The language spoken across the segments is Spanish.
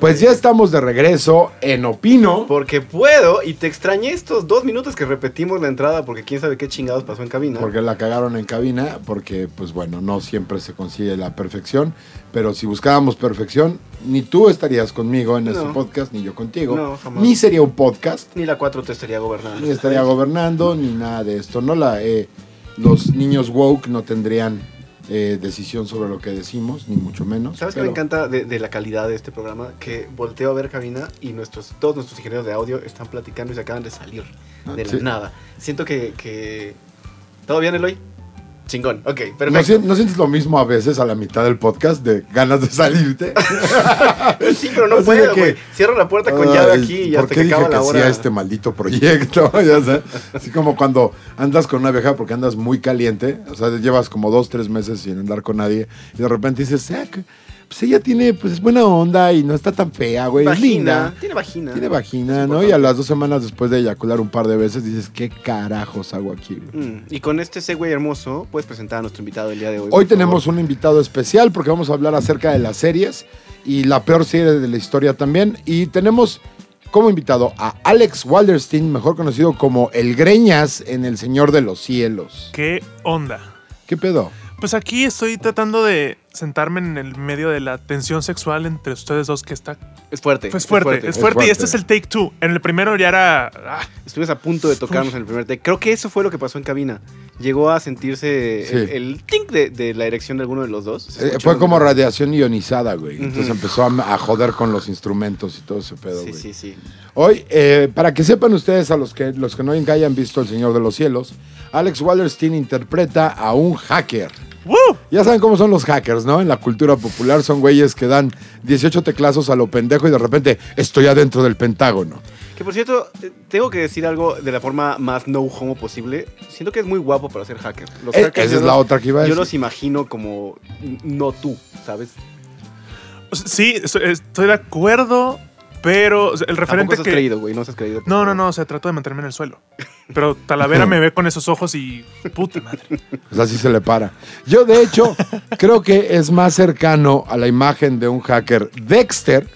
Pues ya estamos de regreso en Opino. Este, Porque puedo y te extrañé estos dos minutos que repetimos la entrada porque quién sabe qué chingados pasó en cabina. Porque la cagaron en cabina, porque pues bueno, no siempre se consigue la perfección, pero si buscábamos perfección, ni tú estarías conmigo en este No. podcast, ni yo contigo, No, jamás. ni sería un podcast, Ni la 4 te estaría gobernando. ni estaría gobernando, ni nada de esto. No la, eh, los niños woke no tendrían eh, decisión sobre lo que decimos, ni mucho menos. ¿Sabes qué me pero- encanta de, de la calidad de este programa? Que volteo a ver cabina y nuestros, todos nuestros ingenieros de audio están platicando y se acaban de salir Ah, de la sí. nada. Siento que, que... ¿Todo bien, Eloy? Chingón. Ok, ¿No, perfecto. sien- no sientes lo mismo a veces a la mitad del podcast de ganas de salirte? Sí, pero no Así de puedo, que- güey. Cierro la puerta con llave Ay, aquí y Ah, ¿por hasta qué que dije acaba que la sí hora. a este maldito proyecto? Ya sabes, Así como cuando andas con una vieja porque andas muy caliente, o sea, llevas como dos, tres meses sin andar con nadie y de repente dices, "Ah, que- pues ella tiene, pues es buena onda y no está tan fea, güey, es linda. Vagina. Tiene vagina. Tiene vagina, Es ¿no? Y a importante. las dos semanas después de eyacular un par de veces dices, ¿qué carajos hago aquí? güey?" Mm, Y con este segue hermoso, puedes presentar a nuestro invitado el día de hoy. Hoy por tenemos favor. un invitado especial porque vamos a hablar acerca de las series y la peor serie de la historia también. Y tenemos como invitado a Alex Walderstein, mejor conocido como El Greñas en El Señor de los Cielos. ¿Qué onda? ¿Qué pedo? Pues aquí estoy tratando de sentarme en el medio de la tensión sexual entre ustedes dos que está Es fuerte. pues fuerte, es fuerte, es fuerte. y este es el take two. En el primero ya era ah, Estuvimos a punto de tocarnos en el primer take. Creo que eso fue lo que pasó en cabina. Llegó a sentirse Sí. el, el tink de, de la erección de alguno de los dos. Se Eh, escuchó fue como donde- radiación ionizada, güey. Entonces Ujú. empezó a, a joder con los instrumentos y todo ese pedo, Sí, güey. sí, sí. Hoy, eh, para que sepan ustedes, a los que, los que no hayan visto El Señor de los Cielos, Alex Wallerstein interpreta a un hacker. ¡Woo! Ya saben cómo son los hackers, ¿no? En la cultura popular son güeyes que dan 18 teclazos a lo pendejo y de repente estoy adentro del Pentágono. Que por cierto, eh, tengo que decir algo de la forma más no homo posible. Siento que es muy guapo para ser hacker. Los Eh, hackers esa yo es la los- otra que iba a Yo decir. los imagino como n- no tú, ¿sabes? O sea, Sí, estoy- estoy de acuerdo, pero o sea, el Tampoco referente se has que creído, güey, no se has creído. No, no, no, o sea, trato de mantenerme en el suelo. Pero Talavera me ve con esos ojos y puta madre. O sea, Pues así se le para. Yo, de hecho, creo que es más cercano a la imagen de un hacker Dexter.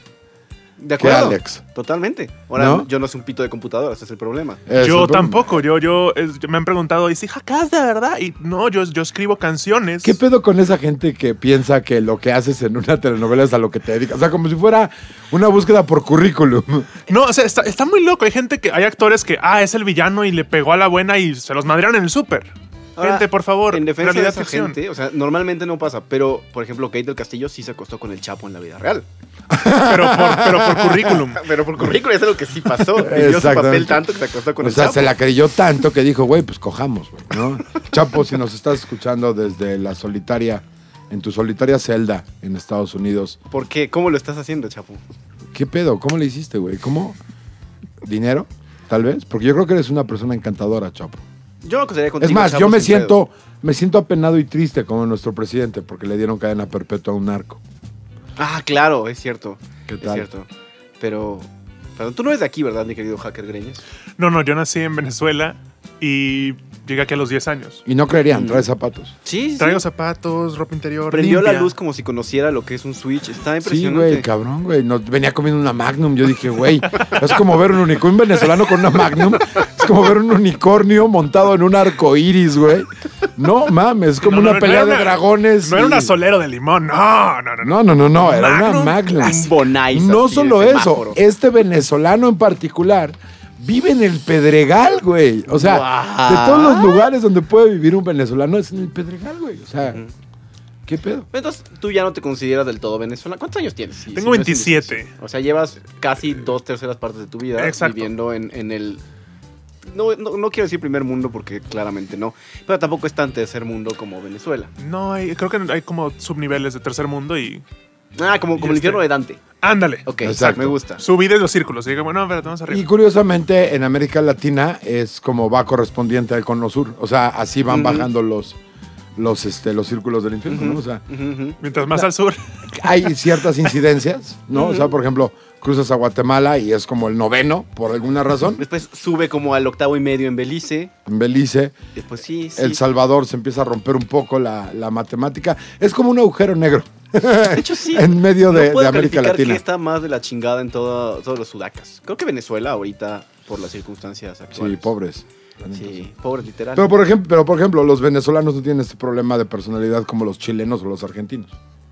De acuerdo. Alex. Totalmente. Ahora, ¿No? yo no soy un pito de computadoras, ese es el problema. Es yo otro- tampoco, yo yo es- me han preguntado, ¿y si jacas de verdad? Y no, yo yo escribo canciones. ¿Qué pedo con esa gente que piensa que lo que haces en una telenovela es a lo que te dedicas? O sea, como si fuera una búsqueda por currículum. No, o sea, está, está muy loco. Hay gente que, hay actores que, ah, es el villano y le pegó a la buena y se los madrearon en el súper. Ahora, Gente, por favor, En defensa de realidad esa ficción. gente, o sea, normalmente no pasa, pero por ejemplo, Kate del Castillo sí se acostó con el Chapo en la vida real. Pero por, pero por currículum. Ah, Pero por currículum es algo que sí pasó. Vivió su Exactamente. papel tanto que se acostó con o el sea, Chapo. se la creyó tanto que dijo, güey, pues cojamos, güey, ¿no? Chapo, si nos estás escuchando desde la solitaria, en tu solitaria celda en Estados Unidos, ¿Por qué? ¿Cómo lo estás haciendo, Chapo? ¿qué pedo? ¿Cómo le hiciste, güey? ¿Cómo? ¿Dinero? Tal vez. Porque yo creo que eres una persona encantadora, Chapo. Yo lo consideraría contigo. es más, Chapo, yo me sin siento, pedos. me siento apenado y triste como nuestro presidente, porque le dieron cadena perpetua a un narco. Ah, claro, es cierto. ¿Qué Es tal? cierto. Pero. Perdón, tú no eres de aquí, ¿verdad, mi querido hacker Greñas? No, no, yo nací en Venezuela y llegué aquí a los 10 años. Y no creerían, Mm. trae zapatos. Sí, sí. Traigo zapatos, ropa interior. Prendió la limpia. luz como si conociera lo que es un Switch. Está Sí, impresionante. güey, cabrón, güey. Nos venía comiendo una Magnum. Yo dije, güey, es como ver un unicornio un venezolano con una Magnum. Es como ver un unicornio montado en un arco iris, güey. No mames, es como No, no, una no, pelea era de una- dragones. No era y- una solero de limón. No, no, no. no. No, no, no, no, era una Magnum. Magnum. un bonais. No así, de solo eso, semáforo. este venezolano en particular vive en el Pedregal, güey. O sea, Guau. de todos los lugares donde puede vivir un venezolano es en el Pedregal, güey. O sea, Ujú. ¿qué pedo? Entonces, tú ya no te consideras del todo venezolano. ¿Cuántos años tienes? Si- Tengo si no es 27. indiscreción. O sea, llevas casi dos terceras partes de tu vida Exacto. viviendo en, en el... No, no, no quiero decir primer mundo porque claramente no, pero tampoco es tan tercer mundo como Venezuela. No, hay- creo que hay como subniveles de tercer mundo y. Ah, como, Y como el este- infierno de Dante. Ándale. Ok, Exacto. me gusta. Subí de los círculos. Y dije, bueno, pero vamos arriba. Y curiosamente, en América Latina es como va correspondiente al cono sur. O sea, así van Ujú. bajando los, los, este, los círculos del infierno, ¿no? O sea, Ujú, ujú. Mientras más al sur. hay ciertas incidencias, ¿no? O sea, por ejemplo, cruzas a Guatemala y es como el noveno, por alguna razón. Después sube como al octavo y medio en Belice. En Belice, Después sí, sí. El Salvador se empieza a romper un poco la, la matemática. Es como un agujero negro. De hecho, sí. en medio de, no puedo de América calificar Latina. quién está más de la chingada en todo- todos los sudacas. Creo que Venezuela ahorita, por las circunstancias actuales. Sí, pobres. Sí, pobres, literal. Pero por, ejemplo, pero por ejemplo, los venezolanos no tienen este problema de personalidad como los chilenos o los argentinos.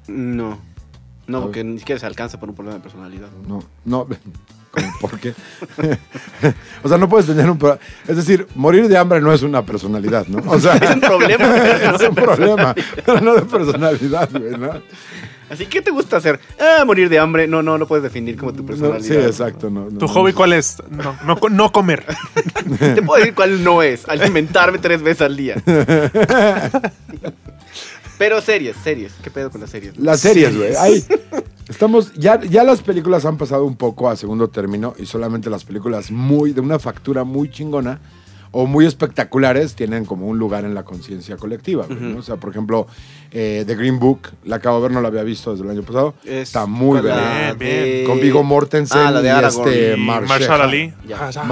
No. A No, ver. porque ni siquiera se alcanza por un problema de personalidad. No, no. ¿cómo? ¿Por qué? o sea, no puedes tener un... pro- Es decir, morir de hambre no es una personalidad, ¿no? O sea, Es un problema. es un problema, pero no de personalidad, güey, ¿no? Así que te gusta hacer. Ah, morir de hambre. No, no, no puedes definir como tu No, personalidad. Sí, exacto. No, no, ¿Tu no. hobby cuál es? No, no, co- no comer. Te puedo decir cuál no es. Alimentarme tres veces al día. Pero series, series. ¿Qué pedo con las series? Las series, güey. ahí Estamos, ya, ya las películas han pasado un poco a segundo término y solamente las películas muy, de una factura muy chingona o muy espectaculares tienen como un lugar en la conciencia colectiva. güey, ¿no? Ujú. O sea, por ejemplo, eh, The Green Book, la acabo de ver, no la había visto desde el año pasado. Es Está muy con bien. la Bien, bien. de- Con Vigo Mortensen Ah, la de y Aragorn. este Y Marsha- Marshall Ali. Ya. Marshall Ali.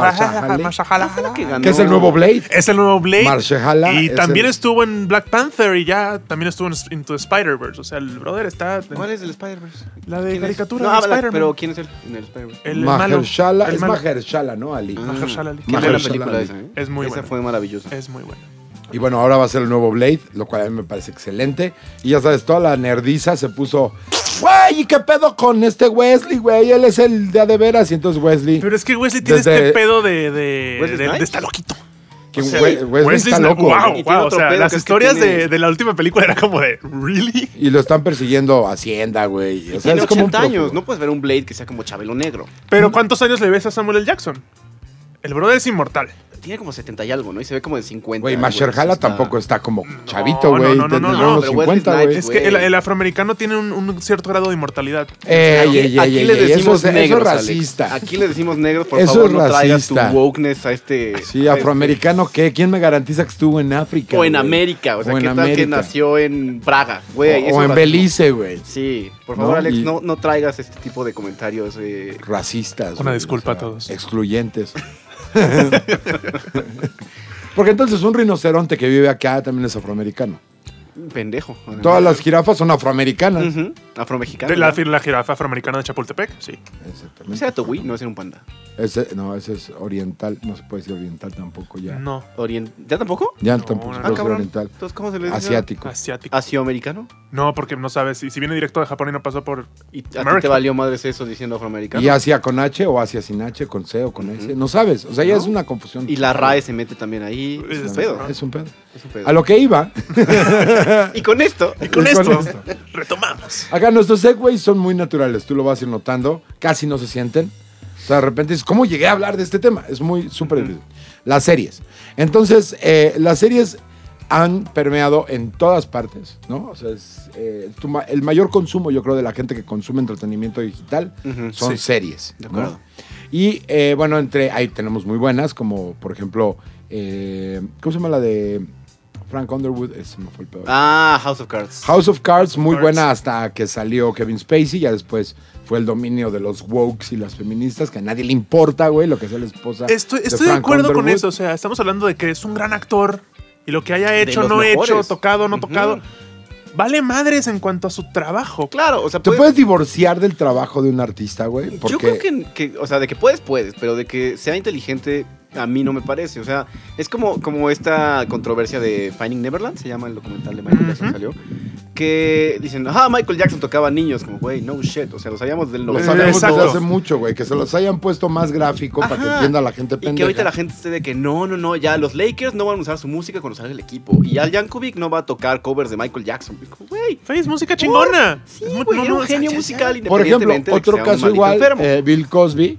Marshall ¿Fue la que ganó? Que es el nuevo Blade. Es el nuevo Blade. Marshala y es también el- estuvo en Black Panther y ya también estuvo en Into the Spider-Verse. O sea, el brother está. ¿Cuál es el Spider-Verse? La de ¿Quién es? caricatura No, de habla, Spider-Man. Pero ¿quién es él en el Spider-Verse? El malo. Mahershala, El es malo. Mahershala, ¿no? Ali. Ah, Mahershala Ali. Qué Mahershala buena película Ali. esa, ¿eh? Es muy Esa buena. fue maravillosa. Es muy bueno. Y bueno, ahora va a ser el nuevo Blade, lo cual a mí me parece excelente. Y ya sabes, toda la nerdiza se puso, güey, ¿y qué pedo con este Wesley, güey? Él es el de a de veras. Y entonces Wesley, Pero es que Wesley tiene Desde- este pedo de. de, ¿Wesley de- de Snipes? está loquito. que O sea, We- Wesley, está Snipes- loco. Wow, güey. Y tiene wow. O otro sea, pedo las que es que historias tiene- de, de la última película era como de. ¿Really? Y lo están persiguiendo Hacienda, güey. O Tiene sea, Pues es como un 80 años. prófugo. No puedes ver un Blade que sea como Chabelo Negro. Pero ¿cuántos años le ves a Samuel L. Jackson? El brother es inmortal. Tiene como 70 y algo, ¿no? Y se ve como de 50. Güey, Mahershala tampoco está como chavito, no, güey. no, no, no, tendrá no, unos pero Wesley 50, Snipes güey. Es que el, el afroamericano tiene un, un cierto grado de inmortalidad. Ey, Aquí, ey, ey, aquí ey, les ey, eso decimos es- eso es negros, Alex. racista. Aquí les decimos negros, por Eso favor, es no traigas tu racista. wokeness a este... Sí, afroamericano, ¿qué? ¿Quién me garantiza que estuvo en África? O en güey? América, o sea, O en que tal que América. nació en Praga, güey. eso es O, o en racismo. Belice, güey. Sí, por No, favor, Alex, y- no, no traigas este tipo de comentarios. eh. racistas. Una güey, disculpa a todos. Excluyentes. Porque entonces un rinoceronte que vive acá también es afroamericano. Pendejo. además. Todas las jirafas son afroamericanas. Ujú, Afromexicano. De la, ¿no? la jirafa afroamericana de Chapultepec, sí. Exactamente. Ese era Togui, no ese era un panda. Ese- no, ese es oriental. No se puede decir oriental tampoco ya. No, Orient... ¿Ya tampoco? Ya No, tampoco se no, Ah, puede no. decir cabrón. oriental. Entonces, ¿cómo se le dice? Asiático. asiático. ¿Asioamericano? No, porque no sabes. Si, si viene directo de Japón y no pasó por. ¿Y a ti te American. valió madres eso diciendo afroamericano? ¿Y Asia con H o Asia sin H, con C o con S? No sabes. O sea, ya No. es una confusión. Y la RAE se mete también ahí. Es un Es- pedo. Es un pedo. es un pedo. A lo que iba, Y con esto. Y con Y con esto, esto. retomamos. Acá nuestros segways son muy naturales, tú lo vas a ir notando, casi no se sienten. O sea, de repente dices, ¿cómo llegué a hablar de este tema? Es muy súper difícil. Las series. Entonces, eh, las series han permeado en todas partes, ¿no? O sea, es, eh, tu ma- el mayor consumo, yo creo, de la gente que consume entretenimiento digital Ujú, son sí. series. De ¿no? acuerdo. Y eh, bueno, entre ahí tenemos muy buenas, como por ejemplo, eh, ¿cómo se llama la de Frank Underwood? Ese me fue el peor. Ah, House of Cards. House of Cards, muy Cards. buena hasta que salió Kevin Spacey. Ya después fue el dominio de los wokes y las feministas, que a nadie le importa, güey, lo que sea la esposa. Estoy, estoy de, Frank acuerdo con Underwood. eso. O sea, estamos hablando de que es un gran actor y lo que haya hecho, los no hecho, mejores. tocado, no Ujú. tocado. Vale madres en cuanto a su trabajo. Claro, o sea, ¿Te puedes- puedes divorciar del trabajo de un artista, güey? Porque pues- Yo creo que, que, o sea, de que puedes, puedes, pero de que sea inteligente, a mí no me parece. O sea, es como, como esta controversia de Finding Neverland, se llama el documental de Michael Jackson, Ujú. salió. Que dicen, ah, Michael Jackson tocaba niños, como, güey, no shit. O sea, lo sabíamos del lo 90. sabemos desde Exacto. hace mucho, güey. Que se los hayan puesto más gráfico para que Ajá. entienda la gente Y pendeja. que ahorita la gente esté de que no, no, no, ya los Lakers no van a usar su música cuando salga el equipo. Y Al Yankovic no va a tocar covers de Michael Jackson. Y como, Güey, Fe, Es música chingona. sí, Es mu- güey, no, era no, un o sea, genio ya- musical Por ejemplo, independientemente de que otro sea un caso maldito igual, enfermo. eh, Bill Cosby.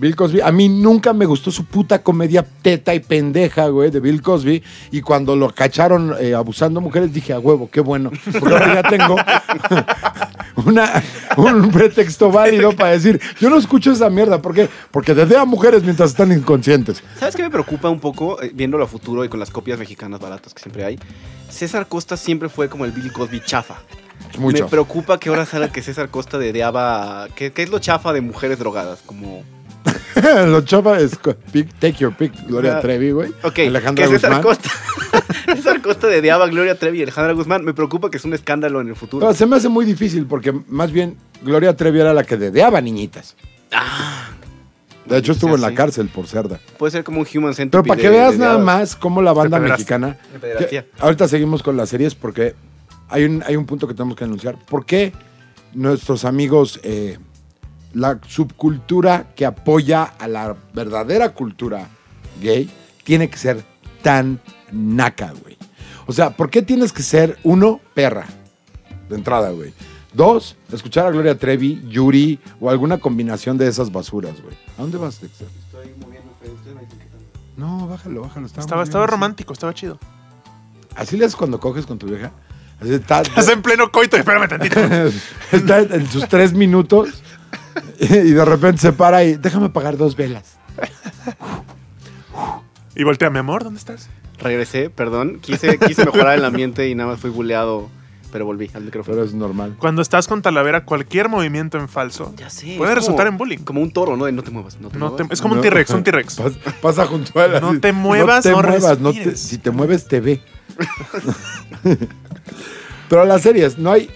Bill Cosby, a mí nunca me gustó su puta comedia teta y pendeja, güey, de Bill Cosby. Y cuando lo cacharon eh, abusando mujeres, dije, a huevo, qué bueno. Porque ahora ya tengo una, un pretexto válido para decir, yo no escucho esa mierda. ¿Por qué? Porque dedea a mujeres mientras están inconscientes. ¿Sabes qué me preocupa un poco, eh, viéndolo a futuro y con las copias mexicanas baratas que siempre hay? César Costa siempre fue como el Bill Cosby chafa. Mucho. Me preocupa que ahora salga que César Costa dedeaba... ¿Qué, qué es lo chafa de mujeres drogadas? Como... lo chapa es co- pic- Take Your Pick, Gloria Ah, Trevi, güey. Ok, Alejandra que César Guzmán. Costa César Costa de a Gloria Trevi y Alejandra Guzmán. Me preocupa que es un escándalo en el futuro. No, se me hace muy difícil porque más bien Gloria Trevi era la que dedeaba niñitas. De hecho, estuvo en la Ah. Sí. cárcel por cerda. Puede ser como un human centipede. Pero para que de- veas de nada hadas. más cómo la banda pederastia. mexicana. De pederastía. Ya, ahorita seguimos con las series porque hay un, hay un punto que tenemos que anunciar. ¿Por qué nuestros amigos, eh, la subcultura que apoya a la verdadera cultura gay, tiene que ser tan naca, güey? O sea, ¿por qué tienes que ser, uno, perra? de entrada, güey. Dos, escuchar a Gloria Trevi, Yuri o alguna combinación de esas basuras, güey. ¿A dónde vas, Dexter? No, bájalo, bájalo. está muy Estaba, bien, estaba sí. romántico, estaba chido. Así le haces cuando coges con tu vieja. Así está, Estás en pleno coito, espérame tantito. está en sus tres minutos y de repente se para y déjame apagar dos velas. Y voltea, mi amor, ¿dónde estás? Regresé, perdón. Quise, quise mejorar el ambiente y nada más fui buleado. Pero volví al micrófono. Pero es normal. Cuando estás con Talavera, cualquier movimiento en falso ya sé. puede es resultar como- en bullying. Como un toro, ¿no? De No te muevas. No te No te- muevas. es como un T-Rex, un T-Rex. Pas- pasa junto a él. No así, te muevas, no no te- respires. si te mueves, te ve. Pero las series, no hay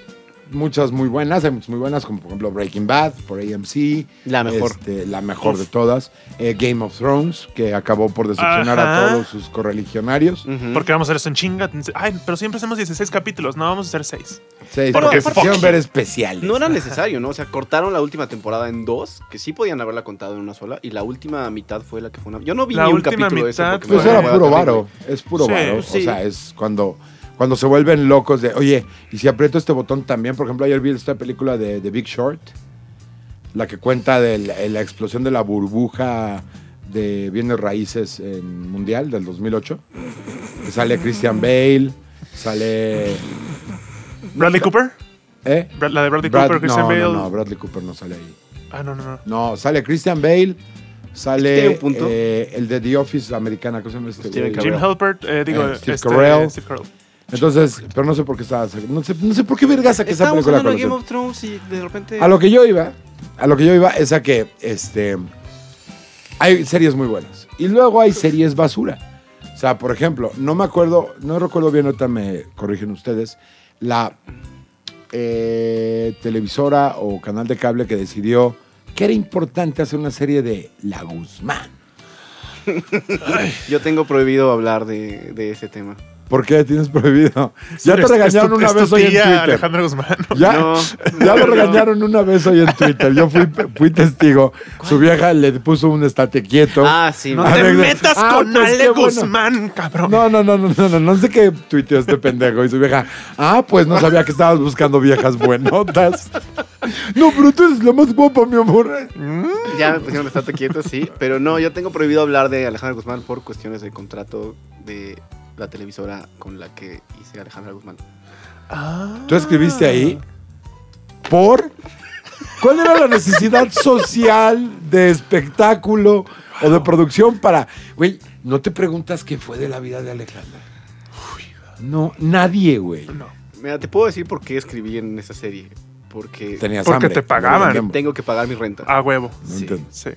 muchas muy buenas. Hay muchas muy buenas, como por ejemplo Breaking Bad por AMC. La mejor. este, la mejor de todas. Eh, Game of Thrones, que acabó por decepcionar a Ajá. todos sus correligionarios. Ujú. Porque vamos a hacer eso en chinga. Ay, pero siempre hacemos 16 capítulos, no vamos a hacer 6. Sí, porque Porque fuck quisieron you. ver especiales. No era necesario, ¿no? O sea, cortaron la última temporada en dos, que sí podían haberla contado en una sola, y la última mitad fue la que fue una. Yo no vi La ni un última capítulo de eso. mitad porque me Pues Bueno, era daba puro también, varo, güey. es puro Sí, varo. sí. O sea, es cuando, cuando se vuelven locos de, oye, y si aprieto este botón también, por ejemplo, ayer vi esta película de The Big Short, la que cuenta de la, la explosión de la burbuja de bienes raíces en Mundial del 2008. Que sale Christian Bale, sale... ¿Bradley Cooper? ¿eh? Bra- La de Bradley Brad- Cooper, Christian no, Bale. No, no, Bradley Cooper no sale ahí. Ah, no, no, no. No, sale Christian Bale, Es que sale tiene un punto. Pues eh, el de The Office americana, ¿cómo se llama este Steven güey? Carell. Jim Halpert, eh, digo, Eh, Steve este, Carell. Steve Carell. Entonces, pero no sé por qué estaba. No sé, no sé por qué vergas saqué esa Estábamos película. hablando de a Game colación. of Thrones y de repente. A lo que yo iba, a lo que yo iba es a que este, hay series muy buenas. Y luego hay series basura. O sea, por ejemplo, no me acuerdo, no recuerdo bien, ahorita me corrigen ustedes, la eh, televisora o canal de cable que decidió que era importante hacer una serie de La Guzmán. Yo tengo prohibido hablar de, de ese tema. ¿Por qué tienes prohibido? Ya te Es tu- regañaron es tu- una es tu vez hoy en tía, Twitter. Alejandra Guzmán. Ya, No, ya no, lo no. regañaron una vez hoy en Twitter. Yo fui, fui testigo. Su vieja le puso un estate quieto. Ah, sí. No man. te Arregla- metas Ah, con pues, Ale qué bueno. Guzmán, cabrón. No, no, no, no, no, no, no sé qué tuiteó este pendejo. Y su vieja, ah, pues no sabía que estabas buscando viejas buenotas. No, pero tú eres la más guapa, mi amor. Ya me pusieron el estatua quieto, sí. Pero no, yo tengo prohibido hablar de Alejandra Guzmán por cuestiones de contrato de la televisora con la que hice Alejandra Guzmán. Ah. Tú escribiste ahí por. ¿Cuál era la necesidad social de espectáculo o de producción para. Güey, no te preguntas qué fue de la vida de Alejandra. No, nadie, güey. No. Mira, te puedo decir por qué escribí en esa serie. Porque Tenías Porque hambre. te pagaban. No entiendo. tengo que pagar mi renta. A huevo. No sí. entiendo. Sí.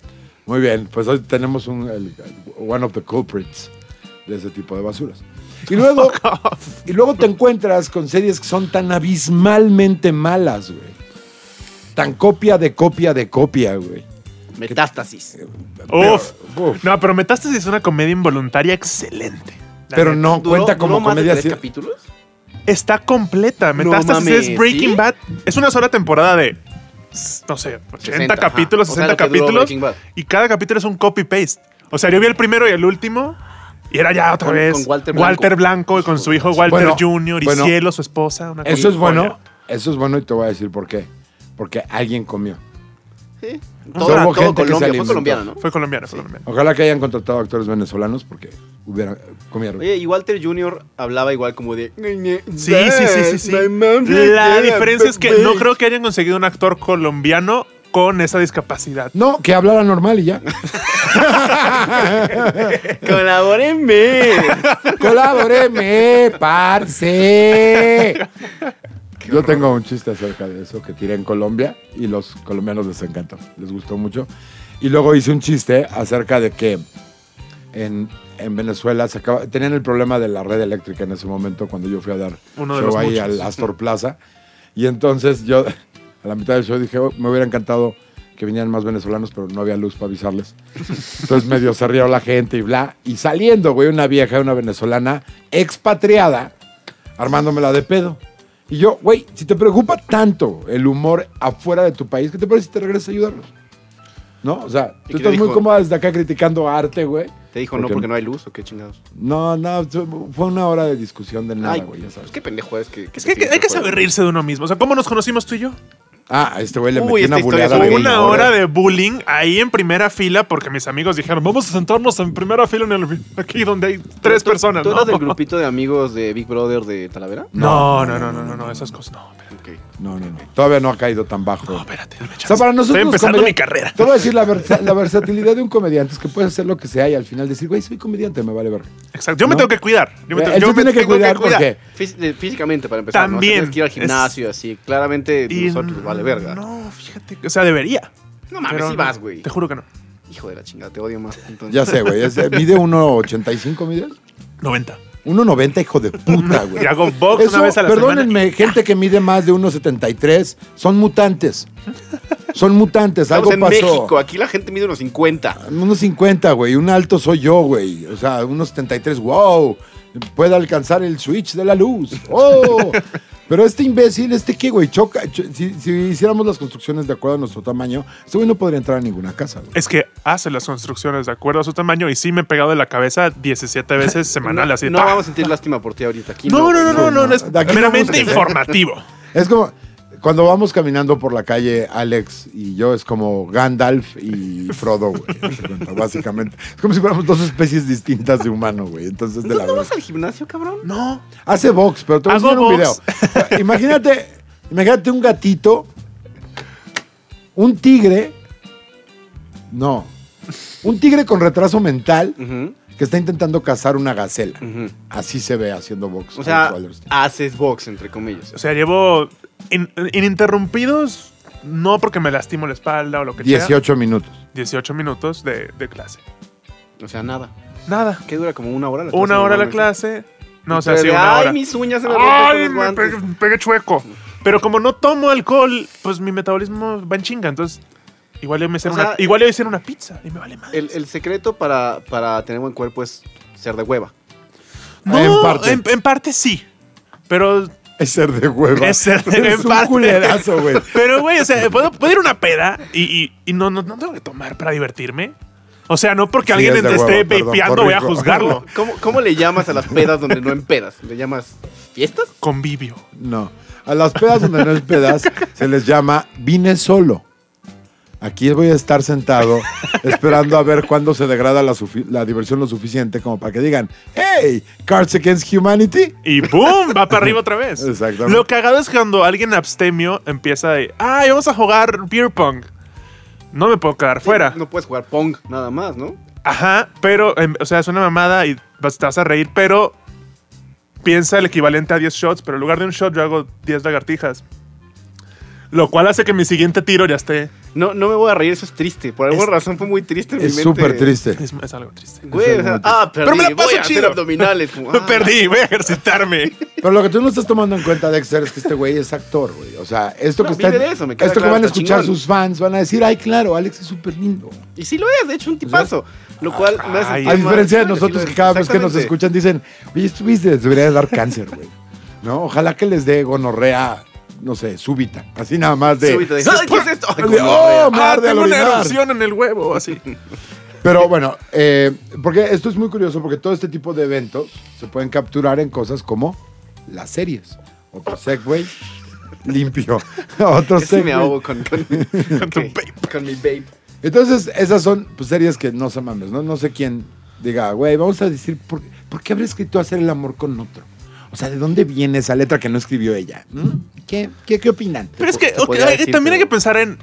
Muy bien, pues hoy tenemos un, el- one of the culprits de ese tipo de basuras. Y luego, y luego te encuentras con series que son tan abismalmente malas, güey. Tan copia de copia de copia, güey. Metástasis. Uf. Pero, uf. No, pero Metástasis es una comedia involuntaria excelente. La Pero neta. no ¿Duró- cuenta como duró más de comedia. tres sí. capítulos? Está completa. No Metástasis mames, es Breaking ¿sí? Bad. Es una sola temporada de, s- no sé, 80 ajá. capítulos, O sea, 60 lo que duró capítulos. Breaking Bad. Y cada capítulo es un copy-paste. O sea, yo vi el primero y el último. Y era ya otra Con- vez. con Walter Blanco. Blanco y con su hijo Walter Bueno, Jr. y bueno. Cielo, su esposa. una Eso es joya. bueno, eso es bueno y te voy a decir por qué. Porque alguien comió. Sí. Ah, O sea, Todo, todo hubo gente que se Colombia. Fue alimentó. colombiano, ¿no? Fue colombiano, fue colombiano. Ojalá que hayan contratado actores venezolanos porque hubiera comieron. Oye, y Walter Jr. hablaba igual como de. Sí, sí, sí, sí, sí. La diferencia es que no creo que hayan conseguido un actor colombiano con esa discapacidad. No, que hablara normal y ya. ¡Colabórenme! Colabóreme, parce. Yo tengo un chiste acerca de eso que tiré en Colombia y los colombianos les encantó, les gustó mucho. Y luego hice un chiste acerca de que en, en Venezuela se acaba- tenían el problema de la red eléctrica en ese momento cuando yo fui a dar Uno de show los ahí muchos. al Astor Plaza. Y entonces yo a la mitad del show dije, "Oh, me hubiera encantado que vinieran más venezolanos, pero no había luz para avisarles. Entonces medio se rió la gente y bla. Y saliendo, güey, una vieja, una venezolana expatriada, armándomela de pedo. Y yo, güey, si te preocupa tanto el humor afuera de tu país, ¿qué te parece si te regresas a ayudarnos? ¿No? O sea, ¿Y tú qué le estás muy dijo? cómoda desde acá criticando arte, güey. Te dijo ¿Por no qué? porque no hay luz o qué chingados. No, no, fue una hora de discusión de nada, Ay, güey, ya pues sabes. qué pendejo es que. Es que hay, que hay que saber reírse de uno mismo. O sea, ¿cómo nos conocimos tú y yo? Ah, a este güey le Uy, metió una esta historia buleada. es de muy Una hora de bullying ahí en primera fila porque mis amigos dijeron, vamos a sentarnos en primera fila en el, aquí donde hay tres personas. ¿Tú ¿no? eras del grupito de amigos de Big Brother de Talavera? No, no, no, no, no, no, esas cosas no. espérate. Ok. No, no, no. Todavía no ha caído tan bajo. No, espérate, dame O sea, chance. para nosotros Estoy los empezando comedian- mi carrera. Te voy a decir la, versa- la versatilidad de un comediante es que puedes hacer lo que sea y al final decir, güey, soy comediante, me vale verga. Exacto. Yo me ¿No? tengo que cuidar. Yo me, Eh, tengo- él yo se me tiene que tengo cuidar porque Fis- eh, Físicamente, para empezar. ¿no? O sea, También. tienes que ir al Es- gimnasio, así. Claramente, Y nosotros vale verga. No, No, fíjate. que- O sea, debería. mames, pero sí no. vas, güey. Te juro que no. Hijo de la chingada, te odio más. entonces. ya sé, güey. es- Mide 1.85, mides. 90. 1.90, hijo de puta, güey. Y hago box Eso, una vez a la semana. perdónenme, gente que mide más de 1.73, son mutantes. Son mutantes, Estamos algo en pasó. México, aquí la gente mide unos 50. Unos 50, güey. Un alto soy yo, güey. O sea, unos 73. ¡Wow! Puede alcanzar el switch de la luz. ¡Oh! Pero este imbécil, este qué, güey, choca. Ch- Si, si hiciéramos las construcciones de acuerdo a nuestro tamaño, este güey no podría entrar a ninguna casa, güey. Es que hace las construcciones de acuerdo a su tamaño y sí me he pegado de la cabeza 17 veces semanal. No, así, no ¡pa! vamos a sentir lástima por ti ahorita. Aquí no, no, no, güey, no, no, no, es de aquí no meramente busques, ¿eh? informativo. Es como. Cuando vamos caminando por la calle, Alex y yo es como Gandalf y Frodo, güey. haz de cuenta, Básicamente. Es como si fuéramos dos especies distintas de humano, güey. Entonces, de la ¿Entonces no verdad. vas al gimnasio, cabrón? No. Hace box, pero te voy a Hago enseñar un video. box. Imagínate, imagínate un gatito, un tigre, no, un tigre con retraso mental Ujú, que está intentando cazar una gacela. ujú. Así se ve haciendo box. O sea, Arnold Schwarzenegger. haces box, entre comillas. O sea, llevo in- ininterrumpidos, no porque me lastimo la espalda o lo que sea. 18 minutos. 18 minutos de, de clase. O sea, nada. Nada. ¿Qué dura? ¿Como una hora la Una hora la normalmente? clase. No, o sea, Pero sí, de, una Ay, hora. mis uñas se me rompieron Ay, los me guantes. pegué, me pegué chueco. Pero como no tomo alcohol, pues mi metabolismo va en chinga. Entonces, igual yo me hice O una, sea, igual yo hice una pizza y me vale madre. El, el secreto para, para tener buen cuerpo es ser de hueva. no, en parte. En, en parte sí. Pero, Es ser de hueva. Es ser de- Eres en un parte. culerazo, güey. pero güey, o sea, puedo, puedo ir a una peda y, y- y no, no, no tengo que tomar para divertirme. O sea, no porque Sí, alguien es de esté huevo, perdón, vapeando voy a corrijo. juzgarlo. ¿Cómo, ¿Cómo le llamas a las pedas donde no empedas? ¿Le llamas fiestas? Convivio. No. A las pedas donde no es pedas se les llama vine solo. Aquí voy a estar sentado esperando a ver cuándo se degrada la, sufi- la diversión lo suficiente como para que digan, hey, Cards Against Humanity. Y ¡boom! Va para arriba otra vez. Exactamente. Lo cagado es cuando alguien abstemio empieza de, ¡ay, vamos a jugar beer pong! No me puedo quedar fuera. No puedes jugar Pong nada más, ¿no? Ajá, pero, em, o sea, es una mamada y vas- te vas a reír, pero piensa el equivalente a 10 shots, pero en lugar de un shot yo hago 10 lagartijas. Lo cual hace que mi siguiente tiro ya esté... No, no me voy a reír, eso es triste. Por alguna Es- razón fue muy triste en mi Es mente. súper triste. Es, es algo triste. Güey, o sea, ah, perdí, Pero me la paso voy a hacer chido. abdominales. como, Me ah. perdí, voy a ejercitarme. Pero lo que tú no estás tomando en cuenta, Dexter, es que este güey es actor, güey. O sea, esto No, que está- vive de eso, me queda esto que claro, van a está escuchar chingón. sus fans van a decir, ay, claro, Alex es súper lindo. ah, Y sí lo es, de hecho, un tipazo. Lo cual me hace ay. sentir A Qué diferencia de mal. Sí nosotros lo que es, cada vez que nos exactamente. escuchan dicen, oye, estuviste, les debería dar cáncer, güey. ¿No? Ojalá que les dé gonorrea, no sé, súbita. Así nada más de... Súbito, dices, "Ay, ¿qué es esto? Ay, De, como "Oh, me Ah, arde al tengo una orinar". erupción en el huevo, así. Pero bueno, eh, porque esto es muy curioso, porque todo este tipo de eventos se pueden capturar en cosas como las series. Otro Segway limpio. Otro Casi me Segway. ahogo con, con, con, tu mi- vape. con mi vape. Entonces, esas son pues, series que no se mames, ¿no? No sé quién diga, güey, vamos a decir, ¿por, por qué habría escrito hacer el amor con otro? O sea, ¿de dónde viene esa letra que no escribió ella? ¿Mm? ¿Qué, qué, qué opinan? Pero es que Se ok, podría hay- decir, también hay que pero- pensar en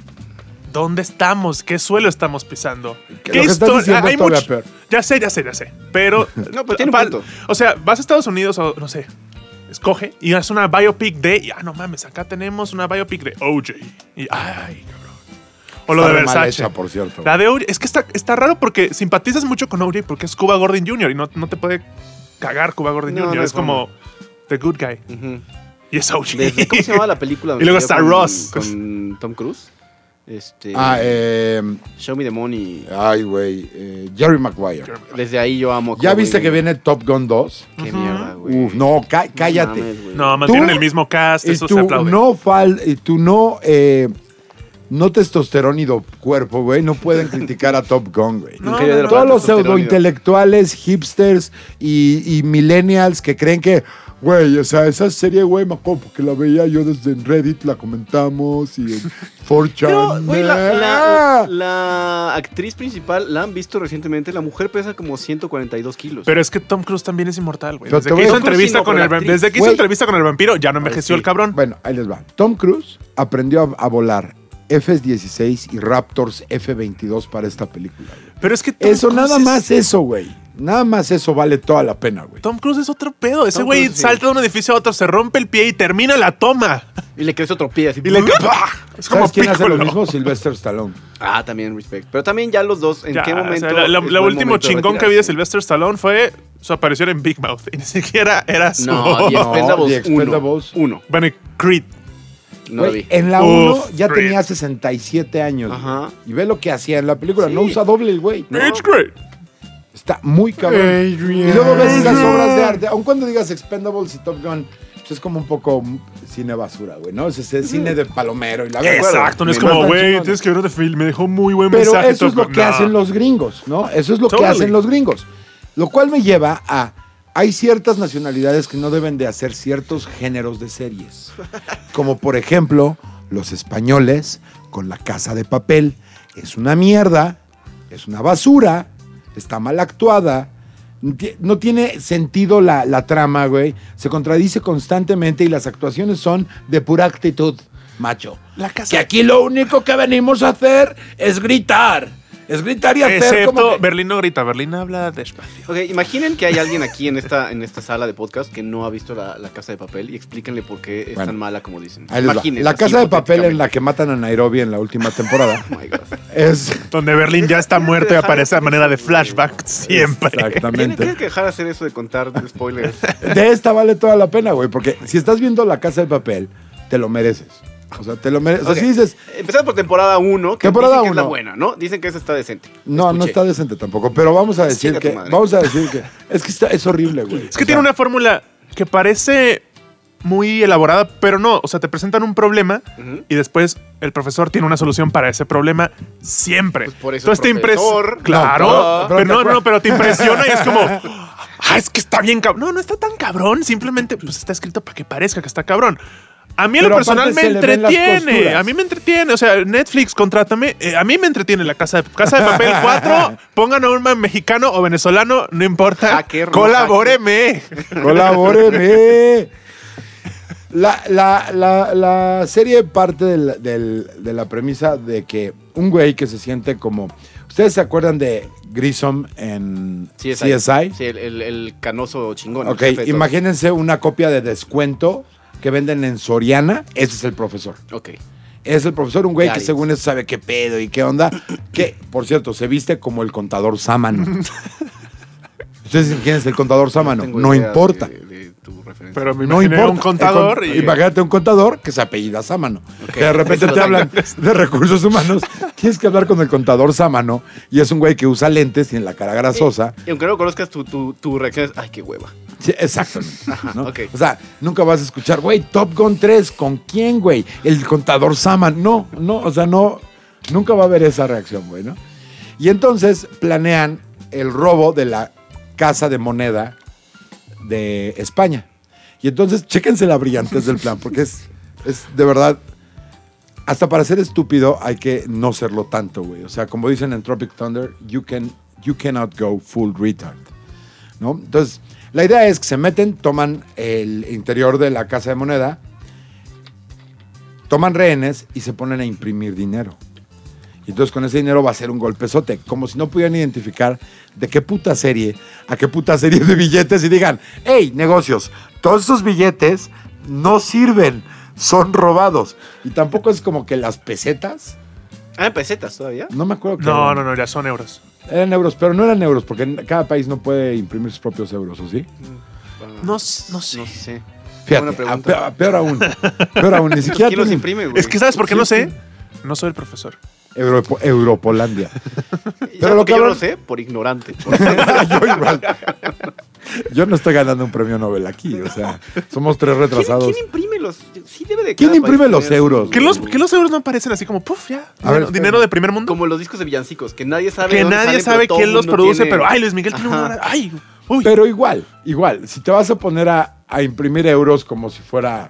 dónde estamos, qué suelo estamos pisando. Que lo que estás histo- Ah, diciendo es todavía peor. Ya sé, ya sé, ya sé. Pero. No, pero tiene un pa- punto. O sea, vas a Estados Unidos o no sé. Escoge y haz una biopic de. y, ah, no mames, acá tenemos una biopic de OJ. Y ay, cabrón. O lo Está de re mal Versace. hecha, por cierto. La de Uri, es que está, está raro porque simpatizas mucho con Uri porque es Cuba Gordon Jr. y no, no te puede cagar Cuba Gordon No, Jr. no es es como The Good Guy. Ujú. Y es Uri. Desde- ¿Cómo se llamaba la película? donde Y luego salió está con- Ross. pues. Con Tom Cruise. Este, Ah, eh, Show Me the Money. ay, güey. eh, Jerry Maguire. Desde ahí yo amo. a ¿Ya Cowboy viste que Bebop. viene Top Gun 2? Qué Ujú. mierda, güey. Uf, no, cá- cállate. mames, güey. No, mantienen el mismo cast, y eso se tú aplaude. no fal y tú no eh, no testosterónido cuerpo, güey, no pueden criticar a Top Gun, güey. No, Imperio no, de Todos no. Robots, los testosterona. pseudointelectuales, hipsters y, y millennials que creen que, güey, o sea, esa serie, güey, me acuerdo porque la veía yo desde en Reddit, la comentamos y en 4chan. Pero, güey, la, ¡Ah! la- la actriz principal la han visto recientemente. La mujer pesa como 1142 kilos. Pero es que Tom Cruise también es inmortal, güey. Pero te Desde, voy a- Pues que hizo, Tom Cruise entrevista sí, no, con pero el, la actriz. desde que hizo Güey. entrevista con el vampiro, ya no envejeció sí. el cabrón. Bueno, ahí les va. Tom Cruise aprendió a, a volar F-16 y Raptors F-22 para esta película. güey. Pero es que Tom Eso, Cruise nada es- más eso, güey. Nada más eso vale toda la pena, güey. Tom Cruise es otro pedo. Ese Tom güey Cruise, sí. salta de un edificio a otro, se rompe el pie y termina la toma. Y le crece otro pie así. Y le ¡Bah! Es como ¿Sabes quién hace lo Piccolo. mismo? Sylvester Stallone. Ah, también respect. Pero también ya los dos, ¿en Ya, qué o sea, momento? la- la- es lo buen último momento de chingón que vi de retirarse? Sylvester Stallone fue su aparición en Big Mouth. Y ni siquiera era su. No, The The Expendables 1. Expendables. Uno. Bueno, y Creed. No lo Güey, vi. En la 1 Uf, ya Creed. tenía 67 años. güey. Ajá. Y ve lo que hacía en la película. No Sí. usa doble el güey. No. It's Creed. Está muy cabrón. Adrian. Y luego ves las Adrian. obras de arte. Aun cuando digas Expendables y Top Gun, pues es como un poco mm, cine basura, güey, ¿no? Es ese cine de palomero y la verga. Exacto, no es Me como, matan güey, chingones. tienes que ver de film. Me dejó muy buen Pero mensaje. eso es Top lo Gun. que No. hacen los gringos, ¿no? Eso es lo que Totally. hacen los gringos. Lo cual me lleva a... Hay ciertas nacionalidades que no deben de hacer ciertos géneros de series. Como por ejemplo, los españoles con La Casa de Papel. Es una mierda, es una basura, está mal actuada. no ti- No tiene sentido la, la trama, güey. Se contradice constantemente y las actuaciones son de pura actitud, macho. La casa. Que aquí lo único que venimos a hacer es gritar. Es gritar y hacer como Excepto, que- Berlín no grita, Berlín habla despacio. Ok, imaginen que hay alguien aquí en esta, en esta sala de podcast que no ha visto la, la Casa de Papel y explíquenle por qué es Bueno. tan mala como dicen. Ahí les va. Imaginen, La así, casa de papel en hipotéticamente. la que matan a Nairobi en la última temporada Oh my God. es... Donde Berlín ya está muerto y aparece a manera de flashback siempre. Tienes, tienes Exactamente. que dejar de hacer eso de contar spoilers. De esta vale toda la pena, güey, porque si estás viendo La Casa de Papel, te lo mereces. O sea, te lo mereces. Ok. Así dices, Empezamos por temporada 1, que Temporada dicen que es la uno. buena, ¿no? Dicen que esa está decente. no, no Escuché. está decente tampoco, pero vamos a decir Chinga tu que... madre. Vamos a decir que... Es que está- es horrible, güey. Es que tiene una fórmula que parece muy elaborada, pero no. O sea, te presentan un problema Ujú. y después el profesor tiene una solución para ese problema siempre. Pues por eso Entonces te impres- profesor. Claro. No, pero- pero no, pero- no, pero te impresiona y es como. Ah, es que está bien cabrón. No, no está tan cabrón. Simplemente pues, está escrito para que parezca que está cabrón. A mí en lo Pero personal aparte me se le ven las entretiene. costuras. A mí me entretiene. O sea, Netflix, contrátame. Eh, a mí me entretiene la casa de, casa de papel 4. Pongan a un man mexicano o venezolano, no importa. Hacker, no Colabóreme. Colabóreme. La, la, la, la serie parte del- del- de la premisa de que un güey que se siente como. ¿Ustedes se acuerdan de Grissom en CSI? Sí, el, el- el canoso chingón. el Ok, jefe de todos. imagínense una copia de descuento que venden en Soriana. Ese es el profesor. Ok. Es el profesor, un güey Ya, que y- según eso sabe qué pedo y qué onda. Que, por cierto, se viste como el contador Sámano. ¿Ustedes dicen quién es el contador Sámano? tengo No idea importa. De, de tu referencia. Pero me No imaginé importa. un contador Eh, y, con- Imagínate un contador que se apellida Sámano. Ok. Que de repente Eso te lo hablan de recursos humanos. Tienes que hablar con el contador Sámano y es un güey que usa lentes, tiene la cara grasosa. Y aunque no lo conozcas, tu, tu, tu reacción es, ay, qué hueva. Sí, exactamente. ¿no? ok. O sea, nunca vas a escuchar, güey, Top Gun 3, ¿con quién, güey? El contador Sámano. No, no, o sea, no. Nunca va a haber esa reacción, güey, ¿no? Y entonces planean el robo de la casa de moneda de España. Y entonces, chéquense la brillantez del plan, porque es, es de verdad. Hasta para ser estúpido hay que no serlo tanto, güey. O sea, como dicen en Tropic Thunder, you, can, you cannot go full retard. ¿no? Entonces, la idea es que se meten, toman el interior de la casa de moneda, toman rehenes y se ponen a imprimir dinero. Y entonces con ese dinero va a ser un golpezote, como si no pudieran identificar de qué puta serie a qué puta serie de billetes y digan, hey, negocios, todos esos billetes no sirven, son robados. Y tampoco es como que las pesetas Ah, en pesetas todavía. No me acuerdo. qué No, eran. no, no, ya son euros. Eran euros, pero no eran euros, porque en- cada país no puede imprimir sus propios euros, ¿o sí? Ah, No, s- no sé. No sé. Buena Fíjate, a pregunta. pe- a peor, aún. Peor aún, ni siquiera. ¿Quién los tienen- imprime, güey? Es que, ¿sabes por qué Sí, no sé? No soy el profesor. Europo- Europolandia. pero lo lo que que yo hablan- no sé, por ignorante. yo igual. Yo no estoy ganando un premio Nobel aquí, o sea, somos tres ¿Quién, retrasados. quién imprime los? Sí debe de ¿Quién cada imprime país los tener su- euros? ¿Que los, que los euros no aparecen así como, puff, ya? A ver, dinero, espérame. dinero de primer mundo. Como los discos de villancicos, que nadie sabe. que dónde nadie salen, sabe pero todo quién el los mundo produce, tiene- pero ay, Luis Miguel tiene Ajá. una hora. Ay, uy. Pero igual, igual, si te vas a poner a, a imprimir euros como si fuera.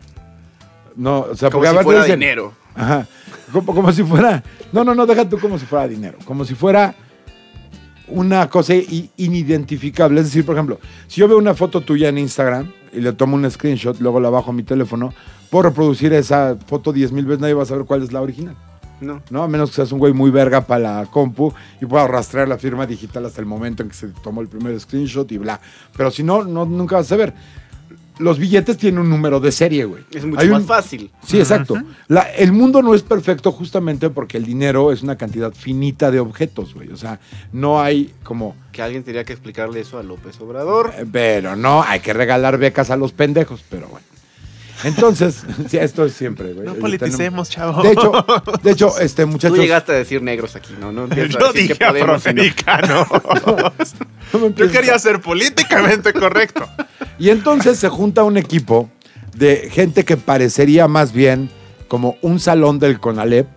No, o sea, Como porque si aparte fuera dicen- dinero. Ajá. Como, como si fuera. No, no, no, deja tú como si fuera dinero. Como si fuera una cosa i- inidentificable. Es decir, por ejemplo, si yo veo una foto tuya en Instagram y le tomo un screenshot, luego la bajo a mi teléfono, puedo reproducir esa foto 10.000 veces, nadie va a saber cuál es la original. No. ¿no? A menos que seas un güey muy verga para la compu y pueda rastrear la firma digital hasta el momento en que se tomó el primer screenshot y bla. Pero si no, no nunca vas a saber. Los billetes tienen un número de serie, güey. Es mucho Hay más un- fácil. Sí, exacto. La- el mundo no es perfecto justamente porque el dinero es una cantidad finita de objetos, güey. O sea, no hay como... Que alguien tendría que explicarle eso a López Obrador. eh, Pero no, hay que regalar becas a los pendejos, pero bueno. Entonces, sí, esto es siempre, güey. No Eh, politicemos, chavo. tenemos- De hecho, de hecho, este Tú muchachos... llegaste a decir negros aquí, ¿no? No empiezo a yo decir que dije podemos. y no. afroamericano. no me yo empieces- quería ser políticamente correcto. Y entonces se junta un equipo de gente que parecería más bien como un salón del Conalep.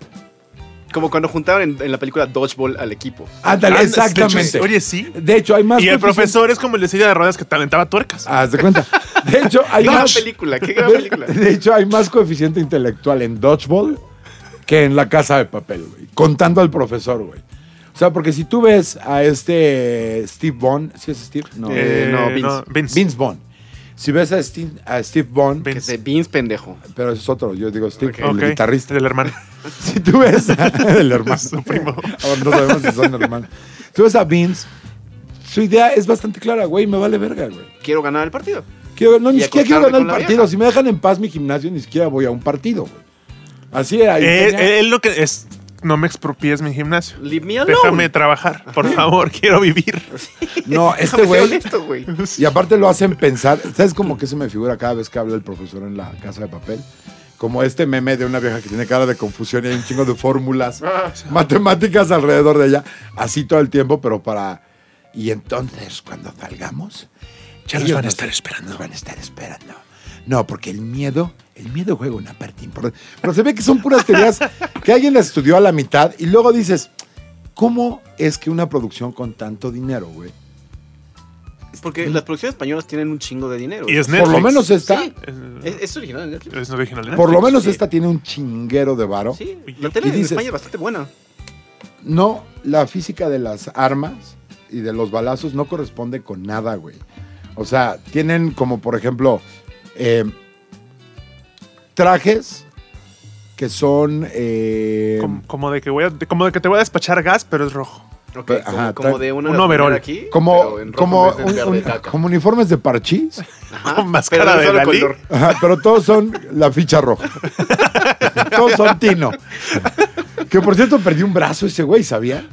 Como cuando juntaron en, en la película Dodgeball al equipo. Ándale, Ah, exactamente. de hecho, oye, sí. De hecho, hay más. Ah, Y el coeficientes- profesor es como el de silla de ruedas que talentaba tuercas. Haz de cuenta. De hecho, hay ¡Qué gran más. película! ¡Qué gran película! De, de hecho, hay más coeficiente intelectual en Dodgeball que en la casa de papel, güey. Contando al profesor, güey. O sea, porque si tú ves a este Steve Bond, ¿sí es Steve? No. Eh, no, Vince. Vince Bond. Si ves a Steve, a Steve Bond, Que Vince. se Vince pendejo. pero es otro, yo digo Steve, Ok. el Ok, guitarrista. El hermano. Si tú ves a- el hermano, Su primo. Ahora no sabemos si son hermanos. Tú ves a Vince, su idea es bastante clara, güey, me vale verga, güey. Quiero ganar el partido. Quiero- no, ni Y siquiera quiero acostarme ganar el con la partido. vieja. Si me dejan en paz mi gimnasio, ni siquiera voy a un partido, güey. Así era. y Eh, tenía- él lo que es. No me expropies mi gimnasio. Leave me alone. Déjame trabajar, por favor, quiero vivir. no, este Déjame ser güey. honesto, güey. Y aparte lo hacen pensar. ¿Sabes como que se me figura cada vez que habla el profesor en la casa de papel? Como este meme de una vieja que tiene cara de confusión y hay un chingo de fórmulas matemáticas alrededor de ella. Así todo el tiempo, pero para. Y entonces, cuando salgamos. Ya nos ellos van a estar esperando. Nos van a estar esperando. No, porque el miedo. El miedo juega una parte importante. Pero se ve que son puras teorías que alguien las estudió a la mitad y luego dices. ¿Cómo es que una producción con tanto dinero, güey? Porque las producciones españolas tienen un chingo de dinero. Y es Por lo Netflix. Eh, menos esta. Sí. Es, es original de Netflix. Es original. de Por lo Netflix, menos sí. esta tiene un chinguero de varo. Sí, Y- la tele y en dices- España es bastante buena. No, la física de las armas y de los balazos no corresponde con nada, güey. O sea, tienen como, por ejemplo, eh, trajes que son... eh, Como, como de que voy a, de- como de que te voy a despachar gas, pero es rojo. Ok, Pero, como, ajá, como trae- de una un de las overall. primeras aquí, como, pero en rojo como, en vez de un- verde un- caca. como uniformes de parchís, Ajá, con máscara pero de de un solo Dalí. color. ajá, pero todos son la ficha roja. todos son Tino. Que por cierto, perdió un brazo ese güey, ¿sabía?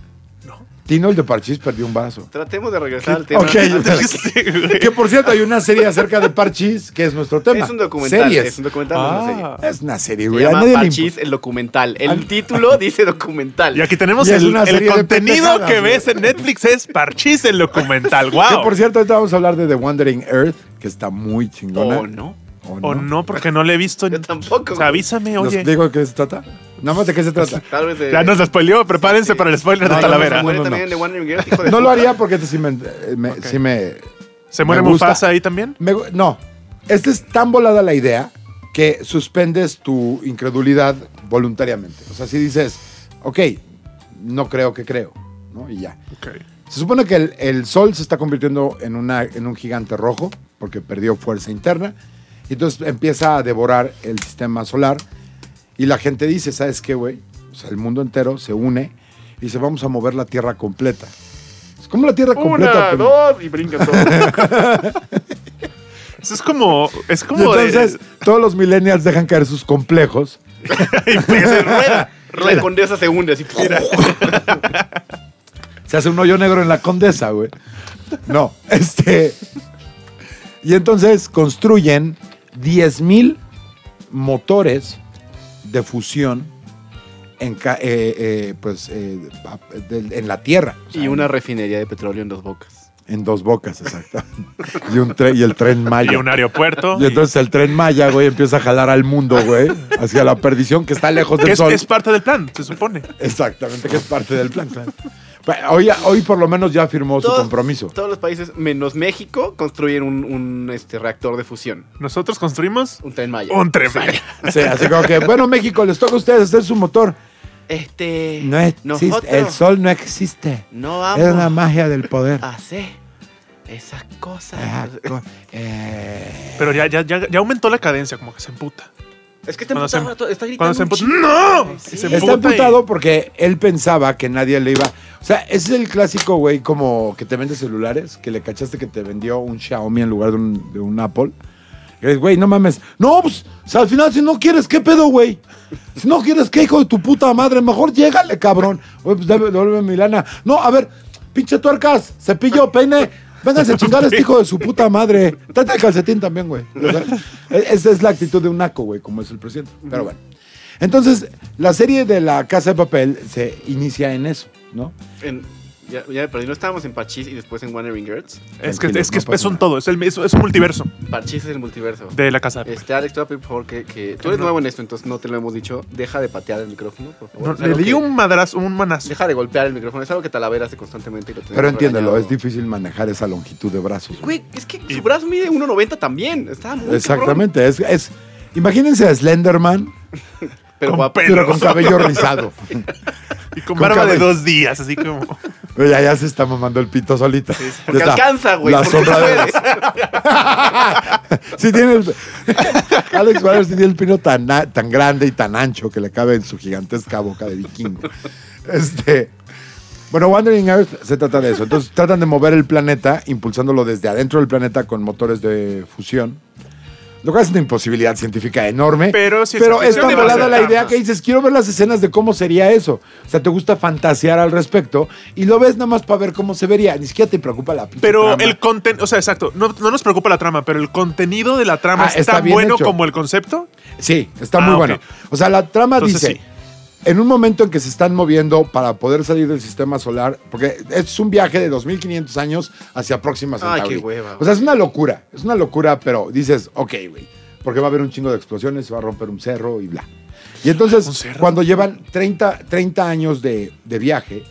Tino, el de parchís, perdió un brazo. Tratemos de regresar al tema. Ok, espera. Sí, güey. Que por cierto, hay una serie acerca de Parchis, que es nuestro tema. Es un documental. Series. Es un documental. no es una serie. Ah. Es una serie, Se güey. A llama nadie le Parchis, el documental. El Al- título dice documental. Y aquí tenemos Y es el, una el serie de contenido pendejadas, que güey. ves en Netflix es Parchís el documental. importa. Wow. Oh. Que por cierto, ahorita vamos a hablar de The Wandering Earth, que está muy chingona. ¿O Oh, no? ¿O o no, porque no le he visto. Yo tampoco. O sea, avísame, ¿Nos oye. digo de qué se trata? Nada más de qué se trata. Tal vez de... Ya nos la spoileó, prepárense para el spoiler No, de no, Talavera. Se muere no, no, también no. de Wandering Earth, hijo de No lo puta. haría porque este sí me. eh, me- Ok. sí me- ¿Se muere Me gusta. Mufasa ahí también? me gu- no. Esta es tan volada la idea que suspendes tu incredulidad voluntariamente. O sea, si dices, ok, no creo que creo, ¿no? Y ya. Se supone que el, el Sol se está convirtiendo en, una, en un gigante rojo porque perdió fuerza interna. Y entonces empieza a devorar el sistema solar. Y la gente dice, ¿sabes qué, güey? O sea, el mundo entero se une y se vamos a mover la Tierra completa. Es como la Tierra completa. pero- dos y brinca todo. Eso es como. Es Y como. de- entonces todos los millennials dejan caer sus complejos. y se rueda. La condesa se hunde así. Se hace un hoyo negro en la condesa, güey. No, este. Y entonces construyen 10.000 motores de fusión en, ca- eh, eh, pues, eh, pa- de- en la tierra. O sea, Y una refinería de petróleo en dos bocas. En dos bocas, exacto. y, un tre- y el tren Maya. Y un aeropuerto. Y entonces el tren Maya, güey, empieza a jalar al mundo, güey, hacia la perdición que está lejos Que del es, sol. es parte del plan, se supone. Exactamente, que es parte del plan, claro. Pero Hoy, hoy por lo menos ya firmó su Todos- compromiso. Todos los países, menos México, construyen un, un, este, reactor de fusión. Nosotros construimos Un tren Maya. un tren. Sí, así como que, bueno, México, les toca a ustedes hacer su motor. Este. No existe, nosotros el sol no existe. No Es la vamos magia del poder. a hacer esas Ajá, cosas. co- eh. Pero ya, ya, ya, ya aumentó la cadencia, como que se emputa. Es que está Cuando se- em- emputado, todo- está gritando. Cuando se un emputa. chingo. ¡No! Sí. Y se Está emputa y- emputado porque él pensaba que nadie le iba. O sea, ese es el clásico, güey, como que te vende celulares, que le cachaste que te vendió un Xiaomi en lugar de un, de un Apple. Y dices, Güey, no mames. No, pues, o sea, al final, si no quieres, ¿qué pedo, güey? Si no quieres, ¿qué hijo de tu puta madre? Mejor llégale, cabrón. Güey, pues dame- devuelve mi lana. No, a ver, pinche tuercas, cepillo, peine. Vénganse a chingar a este hijo de su puta madre. Trata el calcetín también, güey. O sea, e- esa es la actitud de un naco, güey, como es el presidente. Pero bueno. Entonces, la serie de la Casa de Papel se inicia en eso, ¿no? En- ya, ya me perdí. No estábamos en Parchís y después en Wandering Earths. Es que, Tranquilo, es, que no es- pasa es un nada. todo, es, el, es, es un multiverso Parchís es el multiverso. de la casa. de papel. Este, Alex, te voy a pedir, por favor, que, que- Tú eres No. nuevo en esto, entonces no te lo hemos dicho. Deja de patear el micrófono, por favor. No, Es algo le di que- un madrazo, un manazo. Deja de golpear el micrófono. Es algo que Talavera hace constantemente. Y lo tenemos Pero entiéndelo, regañado. es difícil manejar esa longitud de brazos. güey. Güey, es que su brazo mide 1.90 también. Está muy Exactamente, es, es- Imagínense a Slenderman, cabrón, pero Con guapo. pelo. pero con cabello rizado. Y con Con barba de cabello. dos días, así como. Pero ya, ya se está mamando el pito solita. Porque Ya está. alcanza, güey. La porque sombra puede. de... Sí tiene el... Alex Waters tiene el pino tan, a- tan grande y tan ancho que le cabe en su gigantesca boca de vikingo. Este... Bueno, Wandering Earth se trata de eso. Entonces tratan de mover el planeta, impulsándolo desde adentro del planeta con motores de fusión. Lo cual es una imposibilidad científica enorme. Pero sí, Pero sí, es sí, tan sí, volada sí, la sí. idea que dices, quiero ver las escenas de cómo sería eso. O sea, te gusta fantasear al respecto y lo ves nada más para ver cómo se vería. Ni siquiera te preocupa la pinche Pero trama. el contenido, o sea, exacto, no, no nos preocupa la trama, pero el contenido de la trama Ah, es está tan bien bueno hecho. como el concepto. Sí, está Ah, muy ok. bueno. O sea, la trama Entonces, dice, sí. en un momento en que se están moviendo para poder salir del sistema solar, porque es un viaje de 2500 años hacia Próxima Ay, Centauri. qué hueva, o sea, es una locura, es una locura, pero dices, ok, güey, porque va a haber un chingo de explosiones, se va a romper un cerro y bla. Y ¿Un entonces, cerro? cuando llevan 30, 30 años de, de viaje,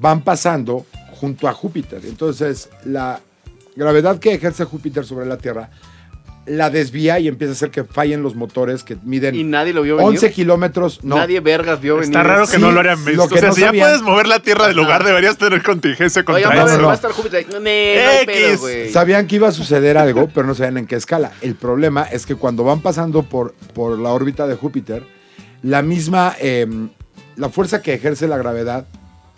van pasando junto a Júpiter. Entonces, la gravedad que ejerce Júpiter sobre la Tierra la desvía y empieza a hacer que fallen los motores que miden Y nadie lo vio venir. 11 kilómetros. No, Nadie vergas vio venir. Está raro que Sí, no lo hayan lo visto. que o sea, no si sabían. ya puedes mover la tierra del lugar, Ajá. debería tener contingencia contra Oigan, va a eso. ver, no. va a estar Júpiter. No, no, no hay pedo, X. güey. sabían que iba a suceder algo, pero no sabían en qué escala. El problema es que cuando van pasando por, por la órbita de Júpiter, la misma, eh, la fuerza que ejerce la gravedad,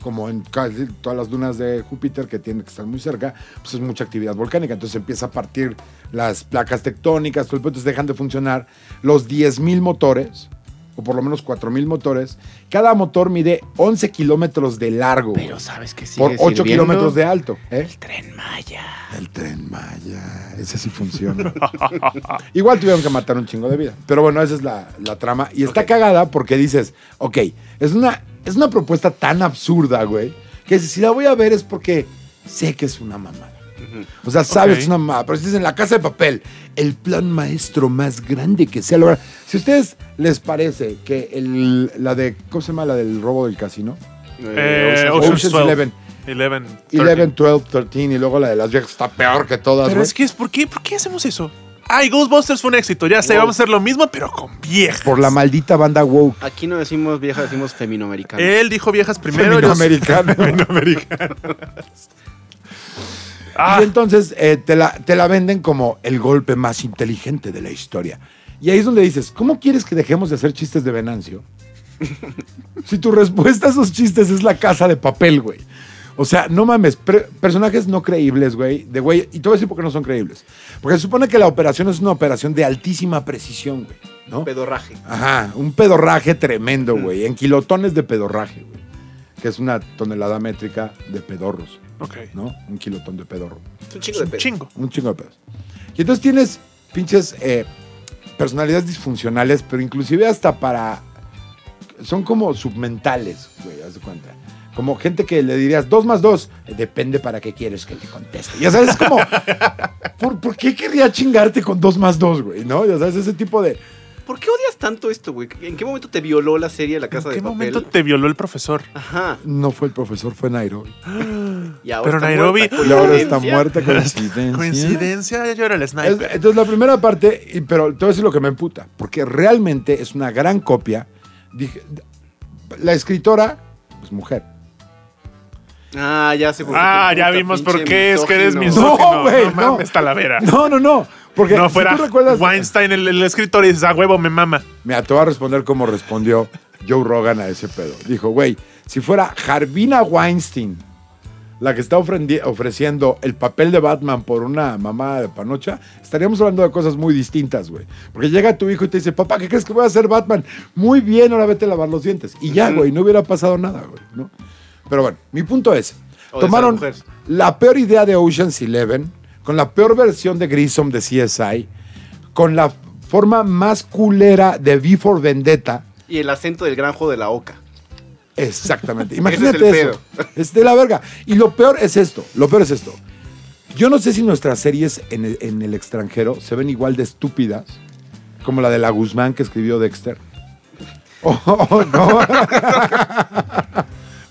como en casi todas las dunas de Júpiter que tienen que estar muy cerca, pues es mucha actividad volcánica. Entonces empieza a partir las placas tectónicas, todo el pedo, entonces dejan de funcionar los 10.000 motores, o por lo menos 4.000 motores. Cada motor mide 11 kilómetros de largo. güey. Pero sabes que sí. por 8 kilómetros de alto. ¿eh? Tren Maya. El tren Maya, ese sí funciona. Igual tuvieron que matar un chingo de vida. Pero bueno, esa es la, la trama. Y está Ok. cagada porque dices, ok, es una, es una propuesta tan absurda, güey, que si la voy a ver es porque sé que es una mamada. O sea, sabes Ok. que es una mamada. Pero si dicen la casa de papel, el plan maestro más grande que se ha logrado. Si a ustedes les parece que el, la de, ¿cómo se llama? La del robo del casino. Eh, Ocean's Ocean's 12. Eleven. 11. 11, 12, 13 y luego la de las viejas está peor que todas, Pero güey. es que es, ¿por qué, ¿por qué hacemos eso? Ay, Ghostbusters fue un éxito, ya sé, Wow. vamos a hacer lo mismo, pero con viejas. Por la maldita banda woke. Aquí no decimos vieja, decimos feminoamericana. Él dijo viejas primero. yo- Feminoamericano. Feminoamericanas. Ah, Y entonces eh, te, la, te la venden como el golpe más inteligente de la historia. Y ahí es donde dices, ¿cómo quieres que dejemos de hacer chistes de Venancio? si tu respuesta a esos chistes es la casa de papel, güey. O sea, no mames, pre- personajes no creíbles, güey, de güey, y te voy a decir por qué no son creíbles. Porque se supone que la operación es una operación de altísima precisión, güey. ¿no? Pedorraje. Ajá, un pedorraje tremendo, güey. En kilotones de pedorraje, güey. Que es una tonelada métrica de pedorros, Ok. ¿no? Un kilotón de pedorro. Es un chingo de pedo. Chingo. Un chingo de pedos. Y entonces tienes pinches eh, personalidades disfuncionales, pero inclusive hasta para... Son como submentales, güey, haz de cuenta. Como gente que le dirías, dos más dos, depende para qué quieres que le conteste. Ya sabes, es como, ¿por, por qué querría chingarte con dos más dos, güey? ¿No? Ya sabes, ese tipo de... ¿Por qué odias tanto esto, güey? ¿En qué momento te violó la serie La Casa ¿En de qué Papel? momento te violó el profesor? Ajá. No fue el profesor, fue Nairobi. Y ahora Pero está Nairobi- muerta, Y ahora está coincidencia. muerta coincidencia. Coincidencia, yo era el Es- sniper. entonces, la primera parte, y- pero te voy a decir lo que me emputa, porque realmente es una gran copia. Dije, la escritora es mujer. Ah, ya sé por qué. Ah, te ya gusta, vimos por pinche qué es que eres misógino. No, misógino. No, güey, no no. mames, talavera. No, no, no. Porque no si fuera tú recuerdas. Weinstein el, el escritor y dices, a huevo me mama. Mira, te voy a responder como respondió Joe Rogan a ese pedo. Dijo, güey, si fuera Jarvina Weinstein la que está ofrendi- ofreciendo el papel de Batman por una mamá de panocha, estaríamos hablando de cosas muy distintas, güey. Porque llega tu hijo y te dice, papá, ¿qué crees que voy a hacer Batman? Muy bien, ahora vete a lavar los dientes. Y ya, Ujú. güey, no hubiera pasado nada, güey, ¿no? Pero bueno, mi punto es, O de tomaron ser mujer. la peor idea de Ocean's Eleven, con la peor versión de Grissom de CSI, con la forma más culera de V for Vendetta, Y el acento del granjo de la oca. Exactamente. Ese Imagínate es el eso. Es de la verga. Y lo peor es esto. Lo peor es esto. Yo no sé si nuestras series en el, en el extranjero se ven igual de estúpidas como la de la Guzmán que escribió Dexter. Oh, oh, oh, no. Pero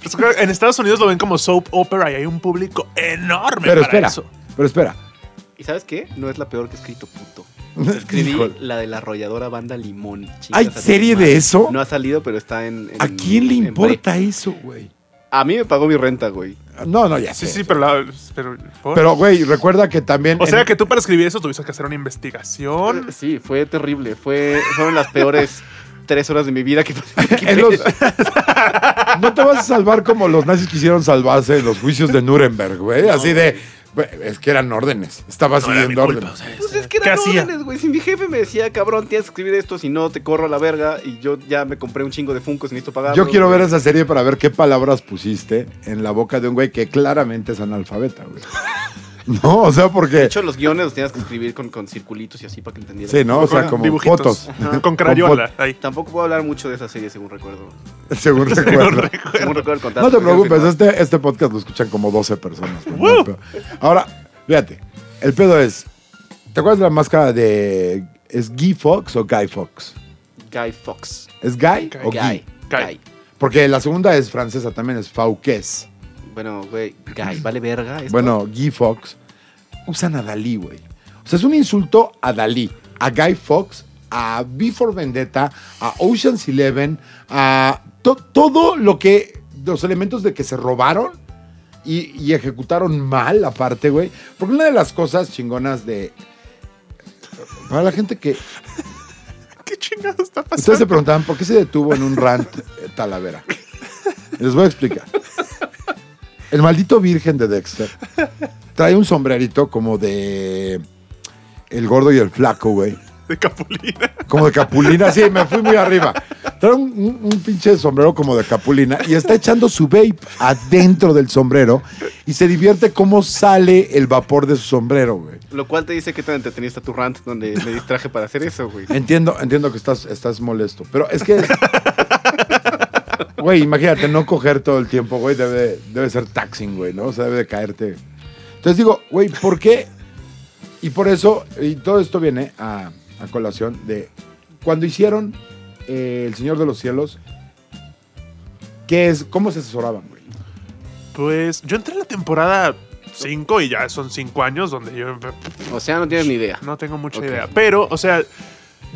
es Pues que En Estados Unidos lo ven como soap opera y hay un público enorme Pero para espera. eso. Pero espera. ¿Y sabes qué? No es la peor que he escrito, puto. Escribí Híjole. la de la arrolladora banda Limón. Chingas ¿Hay a tu serie madre. de eso? No ha salido, pero está en. en- ¿A quién le en importa eso, güey? break. A mí me pagó mi renta, güey. No, no, ya. Ah, Sí, sé. sí, pero... la- pero, ¿por? Pero, güey, recuerda que también. o en- sea que tú para escribir eso tuviste que hacer una investigación. Sí, fue terrible. Fue, fueron las peores tres horas de mi vida que pasé. aquí. en los- no te vas a salvar como los nazis quisieron salvarse en los juicios de Nuremberg, güey. Así de. güey, Es que eran órdenes. Estaba No era mi siguiendo culpa. órdenes. o sea, Pues este, es que ¿Qué eran hacía? órdenes, güey. Si mi jefe me decía, cabrón, tienes que escribir esto, si no te corro a la verga. Y yo ya me compré un chingo de funcos y necesito pagar. Yo quiero ver esa serie para ver qué palabras pusiste en la boca de un güey que claramente es analfabeta, güey. No, o sea, De porque. hecho, los guiones los tenías que escribir con, con circulitos y así para que entendieran. Sí, ¿no? O sea, Con como dibujitos. fotos. Ajá. Con crayola. ahí. Tampoco puedo hablar mucho de esa serie, según recuerdo. Según recuerdo. Según recuerdo el contrato. No te que había preocupes, firmado. este, este podcast lo escuchan como 12 personas. güey, no hay pedo. Ahora, fíjate, el pedo es. ¿Te acuerdas de la máscara de. ¿Es Guy Fox o Guy Fox? Guy Fox. ¿Es Guy o Guy. Guy? Guy. Guy. Porque la segunda es francesa también, es Fauques. Bueno, güey, Guy, vale verga. esto? Bueno, Guy Fox usan a Dalí, güey. O sea, es un insulto a Dalí, a Guy Fox, a Before Vendetta, a Ocean's Eleven, a to- todo lo que. los elementos de que se robaron y, y ejecutaron mal, aparte, güey. Porque una de las cosas chingonas de. Para la gente que. ¿Qué chingado está Ustedes se pasando? preguntaban por qué se detuvo en un rant eh, Talavera. Les voy a explicar. El maldito virgen de Dexter trae un sombrerito como de El gordo y el flaco, güey. De Capulina. Como de capulina, sí, me fui muy arriba. Trae un, un- un pinche sombrero como de capulina y está echando su vape adentro del sombrero y se divierte cómo sale el vapor de su sombrero, güey. Lo cual te dice que tan entretenido está tu rant donde me distraje para hacer eso, güey. Entiendo, entiendo que estás, estás molesto, pero es que... Güey, imagínate, no coger todo el tiempo, güey, debe, debe ser taxing, güey, ¿no? O sea, debe de caerte. Entonces digo, güey, ¿por qué? Y por eso, y todo esto viene a, a colación de cuando hicieron eh, El Señor de los Cielos, ¿qué es? ¿Cómo se asesoraban, güey? Pues yo entré en la temporada 5 y ya son 5 años donde yo O sea, no tienes ni idea. no tengo mucha Ok. idea. Pero, o sea,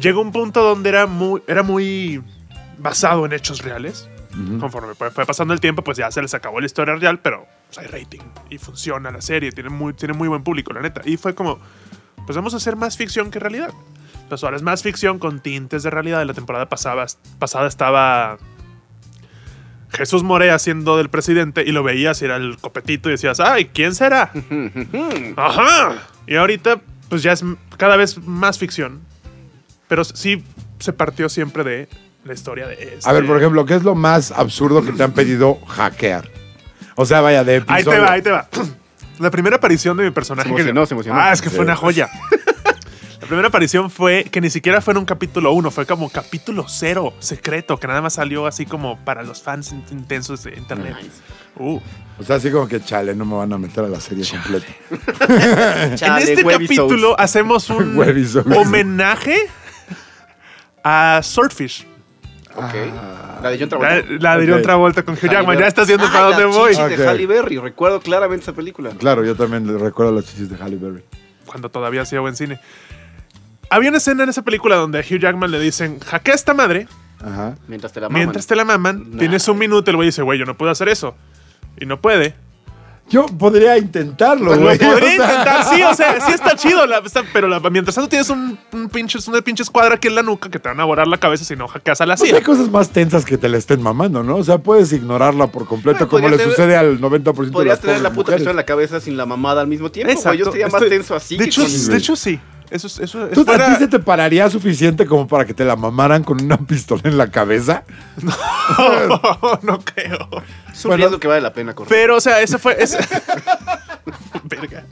llegó un punto donde era muy, era muy basado en hechos reales. Conforme fue fue pasando el tiempo, pues ya se les acabó la historia real, pero pues, hay rating y funciona la serie, tiene muy, tiene muy buen público, la neta. Y fue como, pues vamos a hacer más ficción que realidad. Pues ahora es más ficción con tintes de realidad. La temporada pasada, pasada estaba Jesús Morea siendo del presidente y lo veías y era el copetito y decías, ay, ¿quién será? Ajá. Y ahorita, pues ya es m- cada vez más ficción. Pero s- sí se partió siempre de la historia de este. A ver, por ejemplo, ¿qué es lo más absurdo que te han pedido hackear? O sea, vaya, de Ahí episodio. te va, ahí te va. La primera aparición de mi personaje. Se emocionó, se emocionó. Ah, es que Sí. fue una joya. La primera aparición fue que ni siquiera fue en un capítulo 1, fue como capítulo 0, secreto, que nada más salió así como para los fans in- intensos de internet. Uh. O sea, así como que chale, no me van a meter a la serie completa. En Chale, este webisodes. capítulo hacemos un Webisodes. homenaje a Swordfish. Ok. Ah. La de John La, Travolta. Ah, la de John Ok. Travolta con Hugh Jackman. Ya estás viendo Ay, para dónde las voy. chichis de Ok. Halle Berry. Recuerdo claramente esa película. Claro, yo también le recuerdo las chichis de Halle Berry. cuando todavía hacía buen cine. Había una escena en esa película donde a Hugh Jackman le dicen, hackea esta madre, Ajá. Mientras te la maman. mientras te la maman, Nah. tienes un minuto, el güey dice, güey, yo no puedo hacer eso. Y no puede. Yo podría intentarlo, Pues Lo güey. o podría sea. intentar, sí, o sea, sí está chido, la- está- pero la- mientras tanto tienes un, un pinche, una pinche escuadra aquí en la nuca que te van a volar la cabeza si no hackeas a la O sea, CIA. hay cosas más tensas que te la estén mamando, ¿no? O sea, puedes ignorarla por completo, Bueno, como le podrías tener- sucede al 90% de las Podrías tener pobres la puta mujeres. pistola en la cabeza sin la mamada al mismo tiempo. güey. Exacto. Yo estaría más Estoy- tenso así. De que hecho, con- de hecho, sí. Eso, es- eso, es ¿Tú, fuera- ¿A ti se te pararía suficiente como para que te la mamaran con una pistola en la cabeza? Oh, no creo. es un bueno. riesgo que vale la pena correr. Pero, o sea, esa fue. Esa, Verga.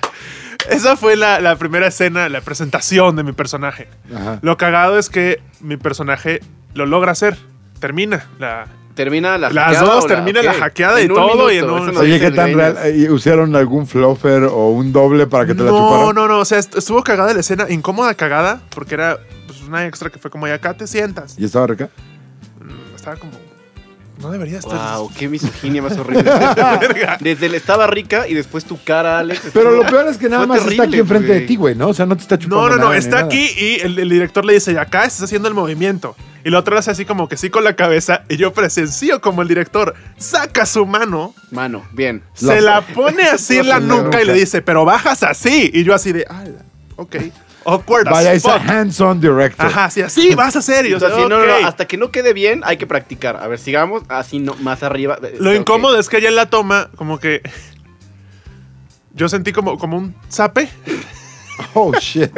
Esa fue la, la primera escena, la presentación de mi personaje. Ajá. Lo cagado es que mi personaje lo logra hacer. Termina. La, Termina la Las hackeada. dos, o la- termina ok. la hackeada y En un todo, y minuto, en un- eso no Oye, dice ¿qué el tan Reina. real? ¿Y ¿Usaron algún fluffer o un doble para que te la no, chuparan? no, no. O sea, est- estuvo cagada la escena, incómoda cagada, porque era pues, una extra que fue como, ya acá te sientas. ¿Y estaba rica? Mm, Estaba como. No debería estar. Wow, qué misoginia más horrible. Verga. Desde el estaba rica y después tu cara, Alex. Pero lo estuvo- peor es que nada Fue más está terrible, aquí enfrente güey. de ti, güey, ¿no? O sea, no te está chupando No, no, no, nada ni está nada. aquí y el, el director le dice, acá estás haciendo el movimiento. Y la otra hace así como que sí con la cabeza y yo presencio como el director saca su mano, Mano, bien. La- se la pone así en la La pone en la nuca y le nuca. dice, pero bajas así. Y yo así de, ah, ok, awkward as Vaya, es fuck". hands-on director. Ajá, sí, así vas a hacer. Y yo, Entonces, "Ok". sí, no, no, no, hasta que no quede bien, hay que practicar. A ver, sigamos así no, más arriba. Lo Ok. incómodo es que ya en la toma, como que... Yo sentí como, como un zape. Oh, shit.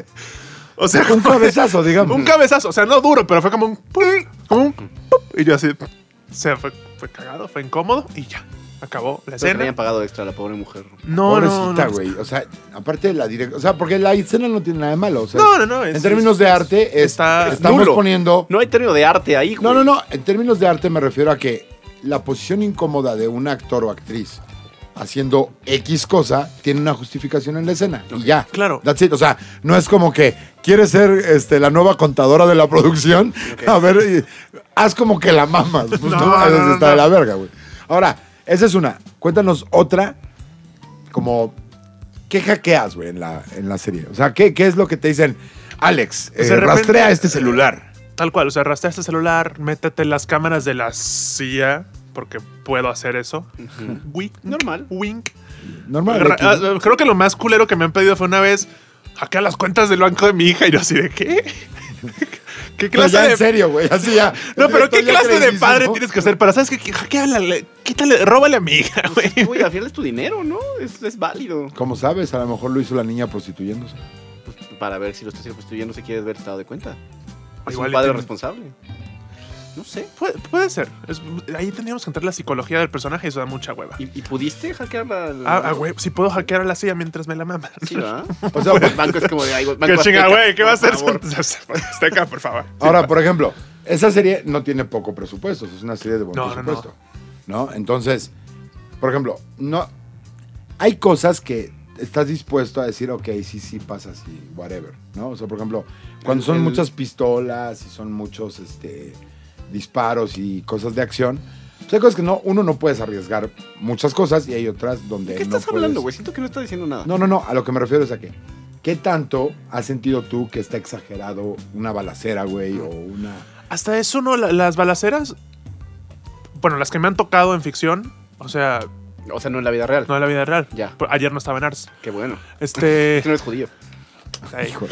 O sea, Un como- cabezazo, digamos. Un cabezazo, o sea, no duro, pero fue como un. pum, Como un pup, y yo así. O sea, fue, fue cagado, fue incómodo y ya. Acabó la Entonces, le habían escena. pagado extra a la pobre mujer. No, no, Pobrecita, no. güey. O sea, aparte de la dirección. O sea, porque la escena no tiene nada de malo. O sea, No, no, no, es- en términos de arte, es- está- estamos Nulo. poniendo. No hay término de arte ahí, güey. No, no, no. En términos de arte me refiero a que la posición incómoda de un actor o actriz haciendo X cosa tiene una justificación en la escena. Y ya. Claro. That's it. O sea, no es como que quieres ser este, la nueva contadora de la producción. A ver, y- haz como que la mamas. Pues No, no, no, eso no, está no. de la verga, güey. Ahora, esa es una. Cuéntanos otra, como, ¿qué hackeas, güey, en la, en la serie? O sea, ¿qué, qué es lo que te dicen? Alex, O sea, eh, de repente- rastrea este celular. Tal cual, o sea, arrastra este celular, métete en las cámaras de la CIA, porque puedo hacer eso. Wink. Normal. Wink. Normal. Ra- Ricky. ah, Creo que lo más culero que me han pedido fue una vez hackea las cuentas del banco de mi hija y yo así de qué. ¿Qué Pero clase Pues ya de en serio, güey, así ya. No, pero ¿qué Estoy ya clase de crecidísimo. padre tienes que ser para, sabes qué? Hackeala, le- quítale, róbale a mi hija, güey. Güey, al final es tu dinero, ¿no? Es, es válido. Como sabes, a lo mejor lo hizo la niña prostituyéndose. Para ver si lo estás prostituyendo si quieres ver estado de cuenta. Es Igual y un padre tiene- responsable. No sé. Puede, puede ser. Es- ahí tendríamos que entrar la psicología del personaje y eso da mucha hueva. ¿Y, y pudiste hackear la...? la- Ah, ah, güey, si puedo hackear a la silla mientras me la maman. Sí, ¿verdad? O sea, El banco es como de... ay, güey, Qué Banco chinga, Azteca, güey, ¿qué va a por hacer? favor. Azteca, por favor. ahora, por ejemplo, esa serie no tiene poco presupuesto, es una serie de buen No, no, presupuesto. No, Entonces, por ejemplo, no hay cosas que estás dispuesto a decir, ok, sí, sí, pasa así, whatever, ¿no? O sea, por ejemplo, cuando El- son el- muchas pistolas y son muchos este, disparos y cosas de acción, pues hay cosas que no, uno no puedes arriesgar muchas cosas y hay otras donde ¿Qué no estás hablando, puedes- güey? Siento que no estás diciendo nada. No, no, no, a lo que me refiero es a que, ¿qué tanto has sentido tú que está exagerado una balacera, güey, o una... Hasta eso, ¿no? La- las balaceras, bueno, las que me han tocado en ficción, o sea, O sea, no en la vida real. no en la vida real. Ya. Por- Ayer no estaba en Ars. Qué bueno. Este... Es que no eres judío. ay, Hijo,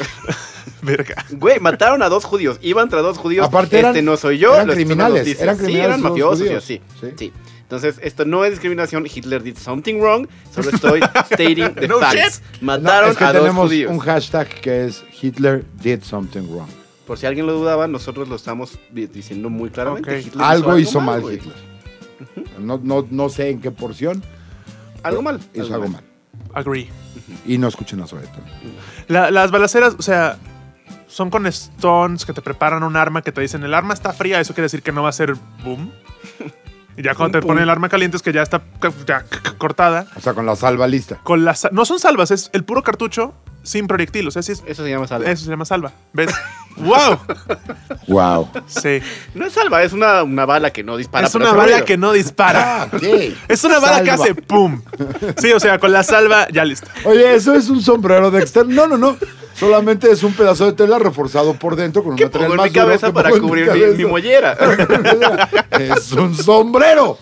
verga. Güey, mataron a dos judíos. Iban tras dos judíos. Aparte este eran- no soy yo. eran lo estoy viendo en criminales, noticias. eran criminales Sí, eran los mafiosos. judíos. Sí, sí, Sí. sí. Entonces, esto no es discriminación. Hitler did something wrong. Solo estoy stating the No facts. No, Mataron es que a dos tenemos judíos. un hashtag que es Hitler did something wrong. Por si alguien lo dudaba, nosotros lo estamos di- diciendo muy claramente. Ok. Hitler hizo Algo hizo mal güey. Hitler. No, no, no sé en qué porción Algo mal. hizo algo mal. Agree. Y no escuchen a Zoe también. La- las balaceras, o sea, son con stones que te preparan un arma que te dicen el arma está fría, eso quiere decir que no va a ser boom. Y ya cuando te ponen el arma caliente es que ya está c- ya c- c- cortada. O sea, con la salva lista. Con las, sa- no son salvas, es el puro cartucho sin proyectil. O sea, sí es, Eso se llama salva. eso se llama salva. ¿Ves? ¡Wow! Wow. Sí. No es salva, es una, una bala que no dispara. es una bala que no dispara. Es una bala que Salva. hace pum. Sí, o sea, con la salva ya listo. Oye, eso es un sombrero de externo. No, no, no. Solamente es un pedazo de tela reforzado por dentro con un ¿Qué material pongo en más mi cabeza duro que para pongo en cubrir mi, cabeza? mi mollera? es un sombrero.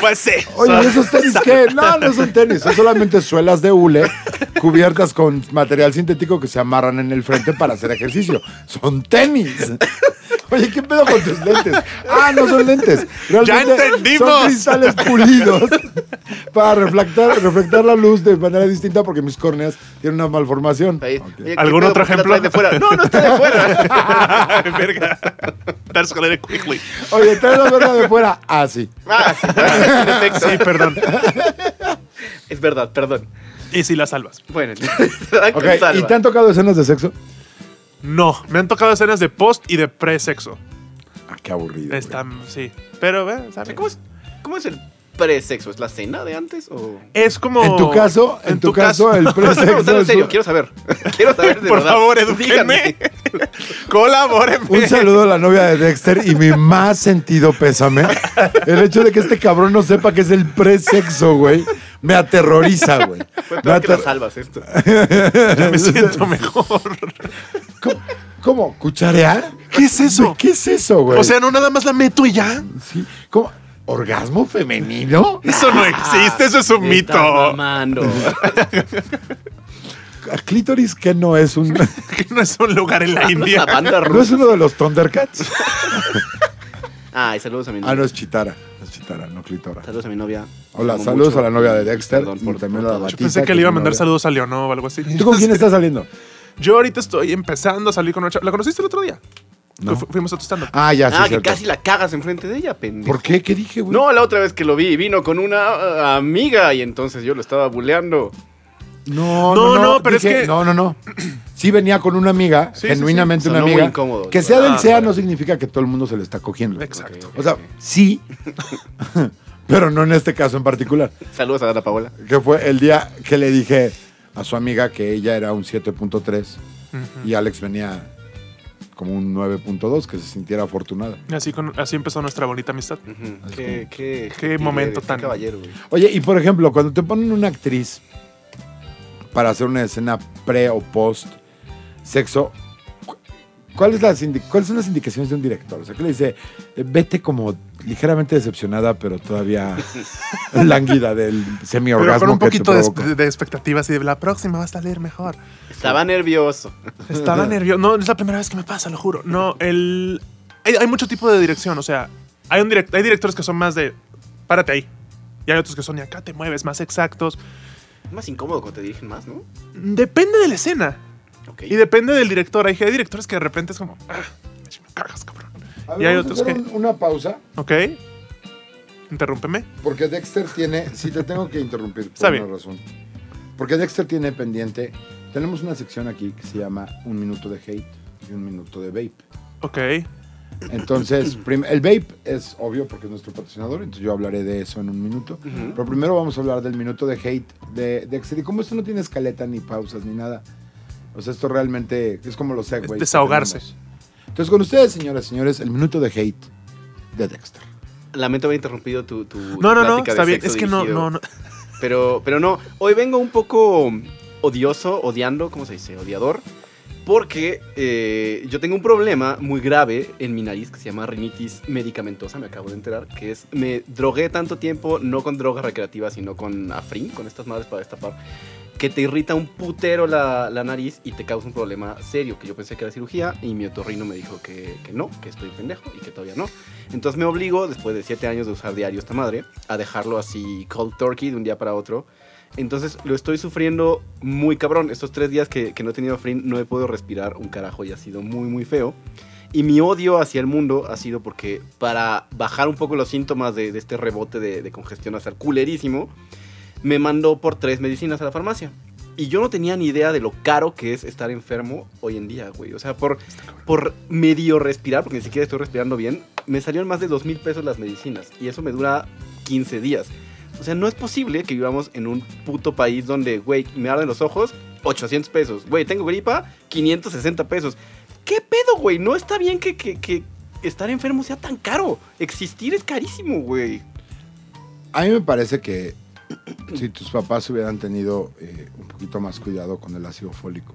Pues sí. Oye, ¿y esos tenis qué? No, no son tenis, son solamente suelas de hule cubiertas con material sintético que se amarran en el frente para hacer ejercicio. Son tenis. Oye, ¿qué pedo con tus lentes? Ah, no son lentes. Realmente entendimos. Son cristales pulidos para reflectar, reflectar la luz de manera distinta porque mis córneas tienen una malformación. Ahí. Ok. Oye, ¿qué ¿Algún pedo? otro ¿Por qué la ejemplo? traes de fuera? No, no está de fuera. Verga. That's gonna be quickly. Oye, trae la verga de fuera. Ah, sí. Ah, sí, en efecto. Sí, perdón. Es verdad, perdón. Y si la salvas. Bueno, se dan con Ok, ¿y salva. te han tocado escenas de sexo? No, me han tocado escenas de post y de pre-sexo. Ah, qué aburrido. güey. Está, sí. Pero, eh, está bien. ¿Cómo es, ¿Cómo es el presexo? ¿Es la cena de antes o...? Es como. En tu caso, Oh, en, tu, caso, el No, no, no, o sea, presexo en es serio, un- quiero saber. Quiero saber de Por verdad. favor, edúquenme. Díganme. Colabórenme. Un saludo a la novia de Dexter y mi más sentido pésame. El hecho de que este cabrón no sepa que es el presexo, güey, me aterroriza, güey. Fue Me peor que ater- la salvas esto. Ya me siento mejor. ¿Cómo? ¿Cómo? ¿Cucharear? ¿Qué es eso? ¿Eh? ¿Qué es eso, güey? O sea, no nada más la meto y ya. Sí, ¿cómo? ¿Orgasmo femenino? Eso no este existe, eso es un Me estás mito. mamando. ¿A Clítoris que no es un. ¿No Que no es un lugar en la Una India. banda rusa. es uno de los Thundercats? Ay, saludos a mi novia. Ah, no, es Chitara. Es Chitara, no Clitora. Saludos a mi novia. Hola, Te amo saludos mucho. a la novia de Dexter Perdón y por- también por a la todo. batita. Pensé que le iba a mandar novia. saludos a Leonor o algo así. ¿Tú con quién estás saliendo? Yo ahorita estoy empezando a salir con una chava. ¿La conociste el otro día? Que fu- fuimos a tu stand Ah, ya, sí. Ah, que cierto. casi la cagas enfrente de ella, pendejo. ¿Por qué? ¿Qué dije, güey? No, la otra vez que lo vi, vino con una eh, amiga y entonces yo lo estaba buleando. No, No, no, no, pero es que- No, no, no. Sí venía con una amiga, Sí, sí, genuinamente sí. una Sonó muy amiga. incómodo, que la sea verdad. del sea no Ah, significa que todo el mundo se le está cogiendo. Exacto. O sea, sí, pero no en este caso en particular. Saludos a Dana Paola. Que fue el día que le dije a su amiga que ella era un 7.3 y Alex venía como un 9.2, que se sintiera afortunada. Y Así, con- así empezó nuestra bonita amistad. Ujú. Qué, qué, Qué momento qué tan- caballero, güey. Oye, y por ejemplo, cuando te ponen una actriz para hacer una escena pre o post sexo, cu- ¿cuál es las indi- ¿cuáles son las indicaciones de un director? O sea, que le dice, eh, vete como ligeramente decepcionada, pero todavía lánguida del Pero con semiorgasmo que un te poquito de, provoca. de expectativas y de la próxima va a salir mejor. Estaba nervioso. Estaba nervioso. No, es la primera vez que me pasa, lo juro. No, el. Hay, hay mucho tipo de dirección. O sea, hay, un direct- hay directores que son más de. Párate ahí. Y hay otros que son de acá te mueves, más exactos. Es más incómodo cuando te dirigen más, ¿no? Depende de la escena. Ok. Y depende del director. Hay, hay directores que de repente es como. "Ah, me cagas, cabrón. A ver, Y vamos hay a otros hacer que. un- una pausa, Ok. Interrúmpeme. porque Dexter tiene. Sí, te tengo que interrumpir por Está una bien. razón. Porque Dexter tiene pendiente. Tenemos una sección aquí que se llama Un minuto de hate y un minuto de vape. Ok. Entonces, prim- el vape es obvio porque es nuestro patrocinador, entonces yo hablaré de eso en un minuto. Ujú. Pero primero vamos a hablar del minuto de hate de Dexter. Y como esto no tiene escaleta, ni pausas, ni nada, o sea, esto realmente es como los segways. que desahogarse. tenemos. Entonces, con ustedes, señoras y señores, el minuto de hate de Dexter. Lamento haber interrumpido tu, tu No, no, plática no. de Está bien. sexo Es que no, dirigido. no, no. Pero, pero no, hoy vengo un poco odioso, odiando, ¿cómo se dice? Odiador. Porque eh, yo tengo un problema muy grave en mi nariz que se llama rinitis medicamentosa, me acabo de enterar, que es me drogué tanto tiempo, no con drogas recreativas, sino con afrin, con estas madres para destapar, que te irrita un putero la, la nariz y te causa un problema serio, que yo pensé que era cirugía y mi otorrino me dijo que, que no, que estoy pendejo y que todavía no. Entonces me obligo, después de 7 años de usar diario esta madre, a dejarlo así cold turkey de un día para otro. Entonces lo estoy sufriendo muy cabrón. Estos tres días que, que no he tenido frío no he podido respirar un carajo y ha sido muy, muy feo. Y mi odio hacia el mundo ha sido porque para bajar un poco los síntomas de, de este rebote de, de congestión hacia el culerísimo, me mandó por tres medicinas a la farmacia. Y yo no tenía ni idea de lo caro que es estar enfermo hoy en día, güey. O sea, por, por medio respirar, porque ni siquiera estoy respirando bien, me salieron más de dos mil pesos las medicinas. Y eso me dura 15 días. O sea, no es posible que vivamos en un puto país donde, güey, me arden los ojos, 800 pesos. Güey, tengo gripa, 560 pesos. ¿Qué pedo, güey? No está bien que, que, que estar enfermo sea tan caro. Existir es carísimo, güey. A mí me parece que si tus papás hubieran tenido eh, un poquito más cuidado con el ácido fólico.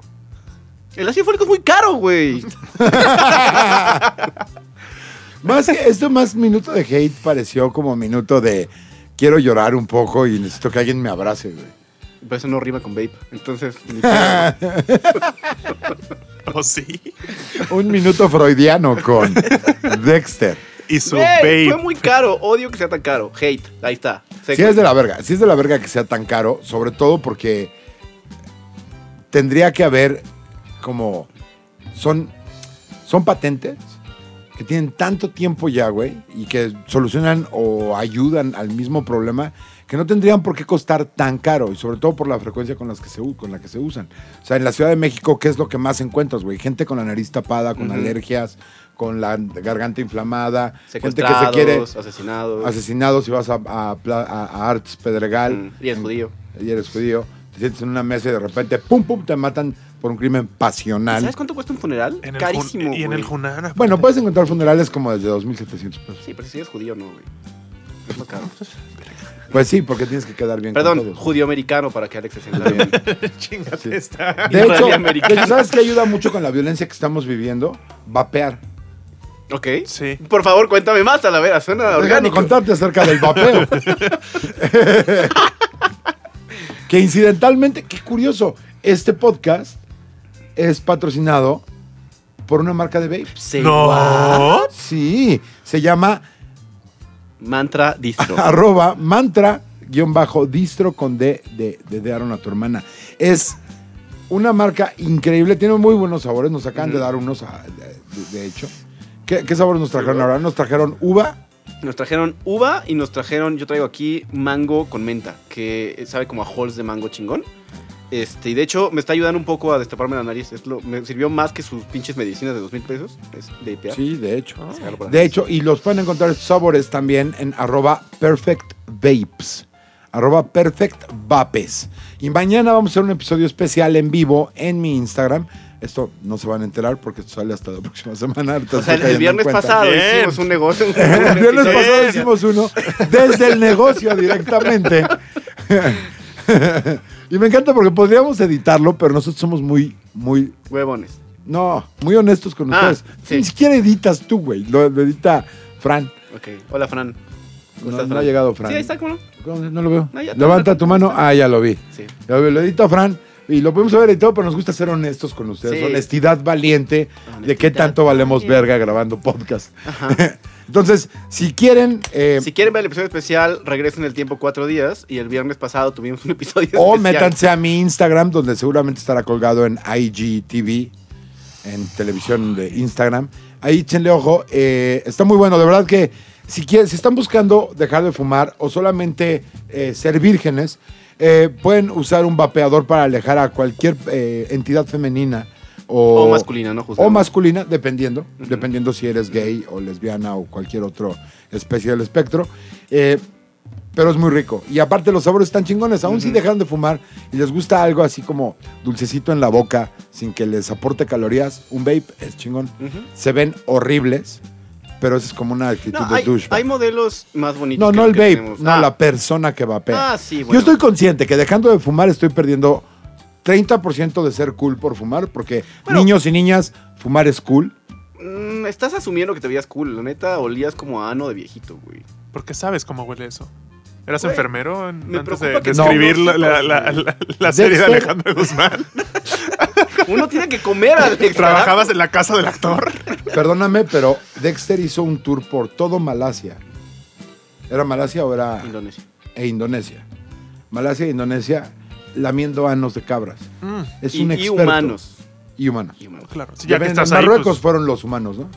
El ácido fólico es muy caro, güey. Más que esto, más minuto de hate pareció como minuto de quiero llorar un poco y necesito que alguien me abrace, güey. Pero eso no rima con vape. Entonces, ni ¿O Oh, sí? Un minuto freudiano con Dexter. Y su Güey, babe. Fue muy caro. Odio que sea tan caro. Hate. Ahí está. Seco. Sí es de la verga, sí es de la verga que sea tan caro, sobre todo porque tendría que haber como son son patentes que tienen tanto tiempo ya, güey, y que solucionan o ayudan al mismo problema que no tendrían por qué costar tan caro y sobre todo por la frecuencia con las que se u- con la que se usan. O sea, en la Ciudad de México, ¿qué es lo que más encuentras, güey? Gente con la nariz tapada, con Ujú. alergias, con la garganta inflamada, gente que se Secuestrados, quiere asesinados. asesinados y vas a, a pla- a- a Arts Pedregal Mm, y es judío. y eres judío, te sientes en una mesa y de repente, pum, pum, te matan por un crimen pasional. ¿Sabes cuánto cuesta un funeral? En el Jun- Carísimo. Y en güey. el Hunan. aparte. Bueno, puedes encontrar funerales como desde 2.700 pesos. Sí, pero si eres judío, no, güey. Es más caro. Pues sí, porque tienes que quedar bien. con Perdón, todos. judío americano para que Alex se sienta bien. Chingate Sí. esta. De hecho, Israelí-americano. de hecho, ¿sabes qué ayuda mucho con la violencia que estamos viviendo? Vapear. ok. Sí. Por favor, cuéntame más, a la vera. Suena Déjame orgánico. contarte acerca del vapeo. que incidentalmente, qué curioso, este podcast es patrocinado por una marca de vape. Say what? No. Sí, se llama Mantra distro. arroba mantra guión bajo distro con D de, de, de Aaron a tu hermana. Es una marca increíble, tiene muy buenos sabores, nos acaban de Ujú. dar unos, a- de, de hecho. ¿Qué, qué sabores nos trajeron ahora? Nos trajeron uva, Nos trajeron uva y nos trajeron, yo traigo aquí mango con menta, que sabe como a holes de mango chingón. Este, y de hecho me está ayudando un poco a destaparme la nariz. Es lo- me sirvió más que sus pinches medicinas de dos mil pesos. Es de IPA. sí, de hecho. Sacarlo por la Pues, De nariz. hecho, y los pueden encontrar estos sabores también en arroba perfect vapes. Arroba perfect vapes. Y mañana vamos a hacer un episodio especial en vivo en mi Instagram. Esto no se van a enterar porque esto sale hasta la próxima semana. ahorita o sea, estoy el, el cayendo en viernes cuenta. pasado Bien. hicimos un negocio. un- El un viernes episodio. pasado hicimos uno desde el negocio directamente. y me encanta porque podríamos editarlo, pero nosotros somos muy, muy, Huevones. no, muy honestos con Ah, ustedes. sí. Ni siquiera editas tú, güey. Lo, lo edita Fran. Ok. Hola, Fran. ¿Cómo No, estás, no ha Fran? llegado Fran. Sí, ahí está, ¿cómo no? ¿Cómo? No lo veo. No, ya está, Levanta ya está, tu mano. ya está. Ah, ya lo vi. Sí. Ya lo vi, lo edita Fran. Y lo podemos haber editado, pero nos gusta ser honestos con ustedes. Sí. Honestidad valiente de qué Honestidad tanto valemos valiente. verga grabando podcast. Ajá. Entonces, si quieren, eh, Si quieren ver el episodio especial, regresen el tiempo cuatro días. Y el viernes pasado tuvimos un episodio O especial. métanse a mi Instagram, donde seguramente estará colgado en IGTV, en televisión de Instagram. Ahí échenle ojo. eh, está muy bueno. De verdad que si, quieren, si están buscando dejar de fumar o solamente eh, ser vírgenes, eh, pueden usar un vapeador para alejar a cualquier eh, entidad femenina o, O masculina, no o juzgamos. masculina, dependiendo, Pues Ujú. dependiendo si eres gay o lesbiana o cualquier otra especie del espectro. Eh, pero es muy rico. Y aparte los sabores están chingones, aún si Ujú. dejan de fumar y les gusta algo así como dulcecito en la boca, sin que les aporte calorías, un vape es chingón. Ujú. Se ven horribles, pero eso es como una actitud No, Este de hay, douchebag. hay modelos más bonitos. No, que no los el que vape, tenemos. no Ah, la persona que vapea. Ah, sí, bueno. Yo estoy consciente que dejando de fumar estoy perdiendo 30% de ser cool por fumar, porque Bueno. niños y niñas, fumar es cool. Mm, estás asumiendo que te veías cool. La neta, olías como a ano de viejito, güey. ¿Por qué sabes cómo huele eso? ¿Eras Güey, enfermero en- me antes preocupa de, de que no escribir conozco, la, la- la- la- la serie de Dexter. Alejandro Guzmán? Uno tiene que comer, Alex. ¿Trabajabas en la casa del actor? Perdóname, pero Dexter hizo un tour por todo Malasia. ¿Era Malasia o era carajo. Indonesia. e Indonesia? Malasia e Indonesia lamiendo anos de cabras. Mm, Es y, un y experto. humanos. Y humanos. Y humanos. claro. Sí, Ya ven, ya que en estás ahí, Marruecos pues, fueron los humanos, ¿no?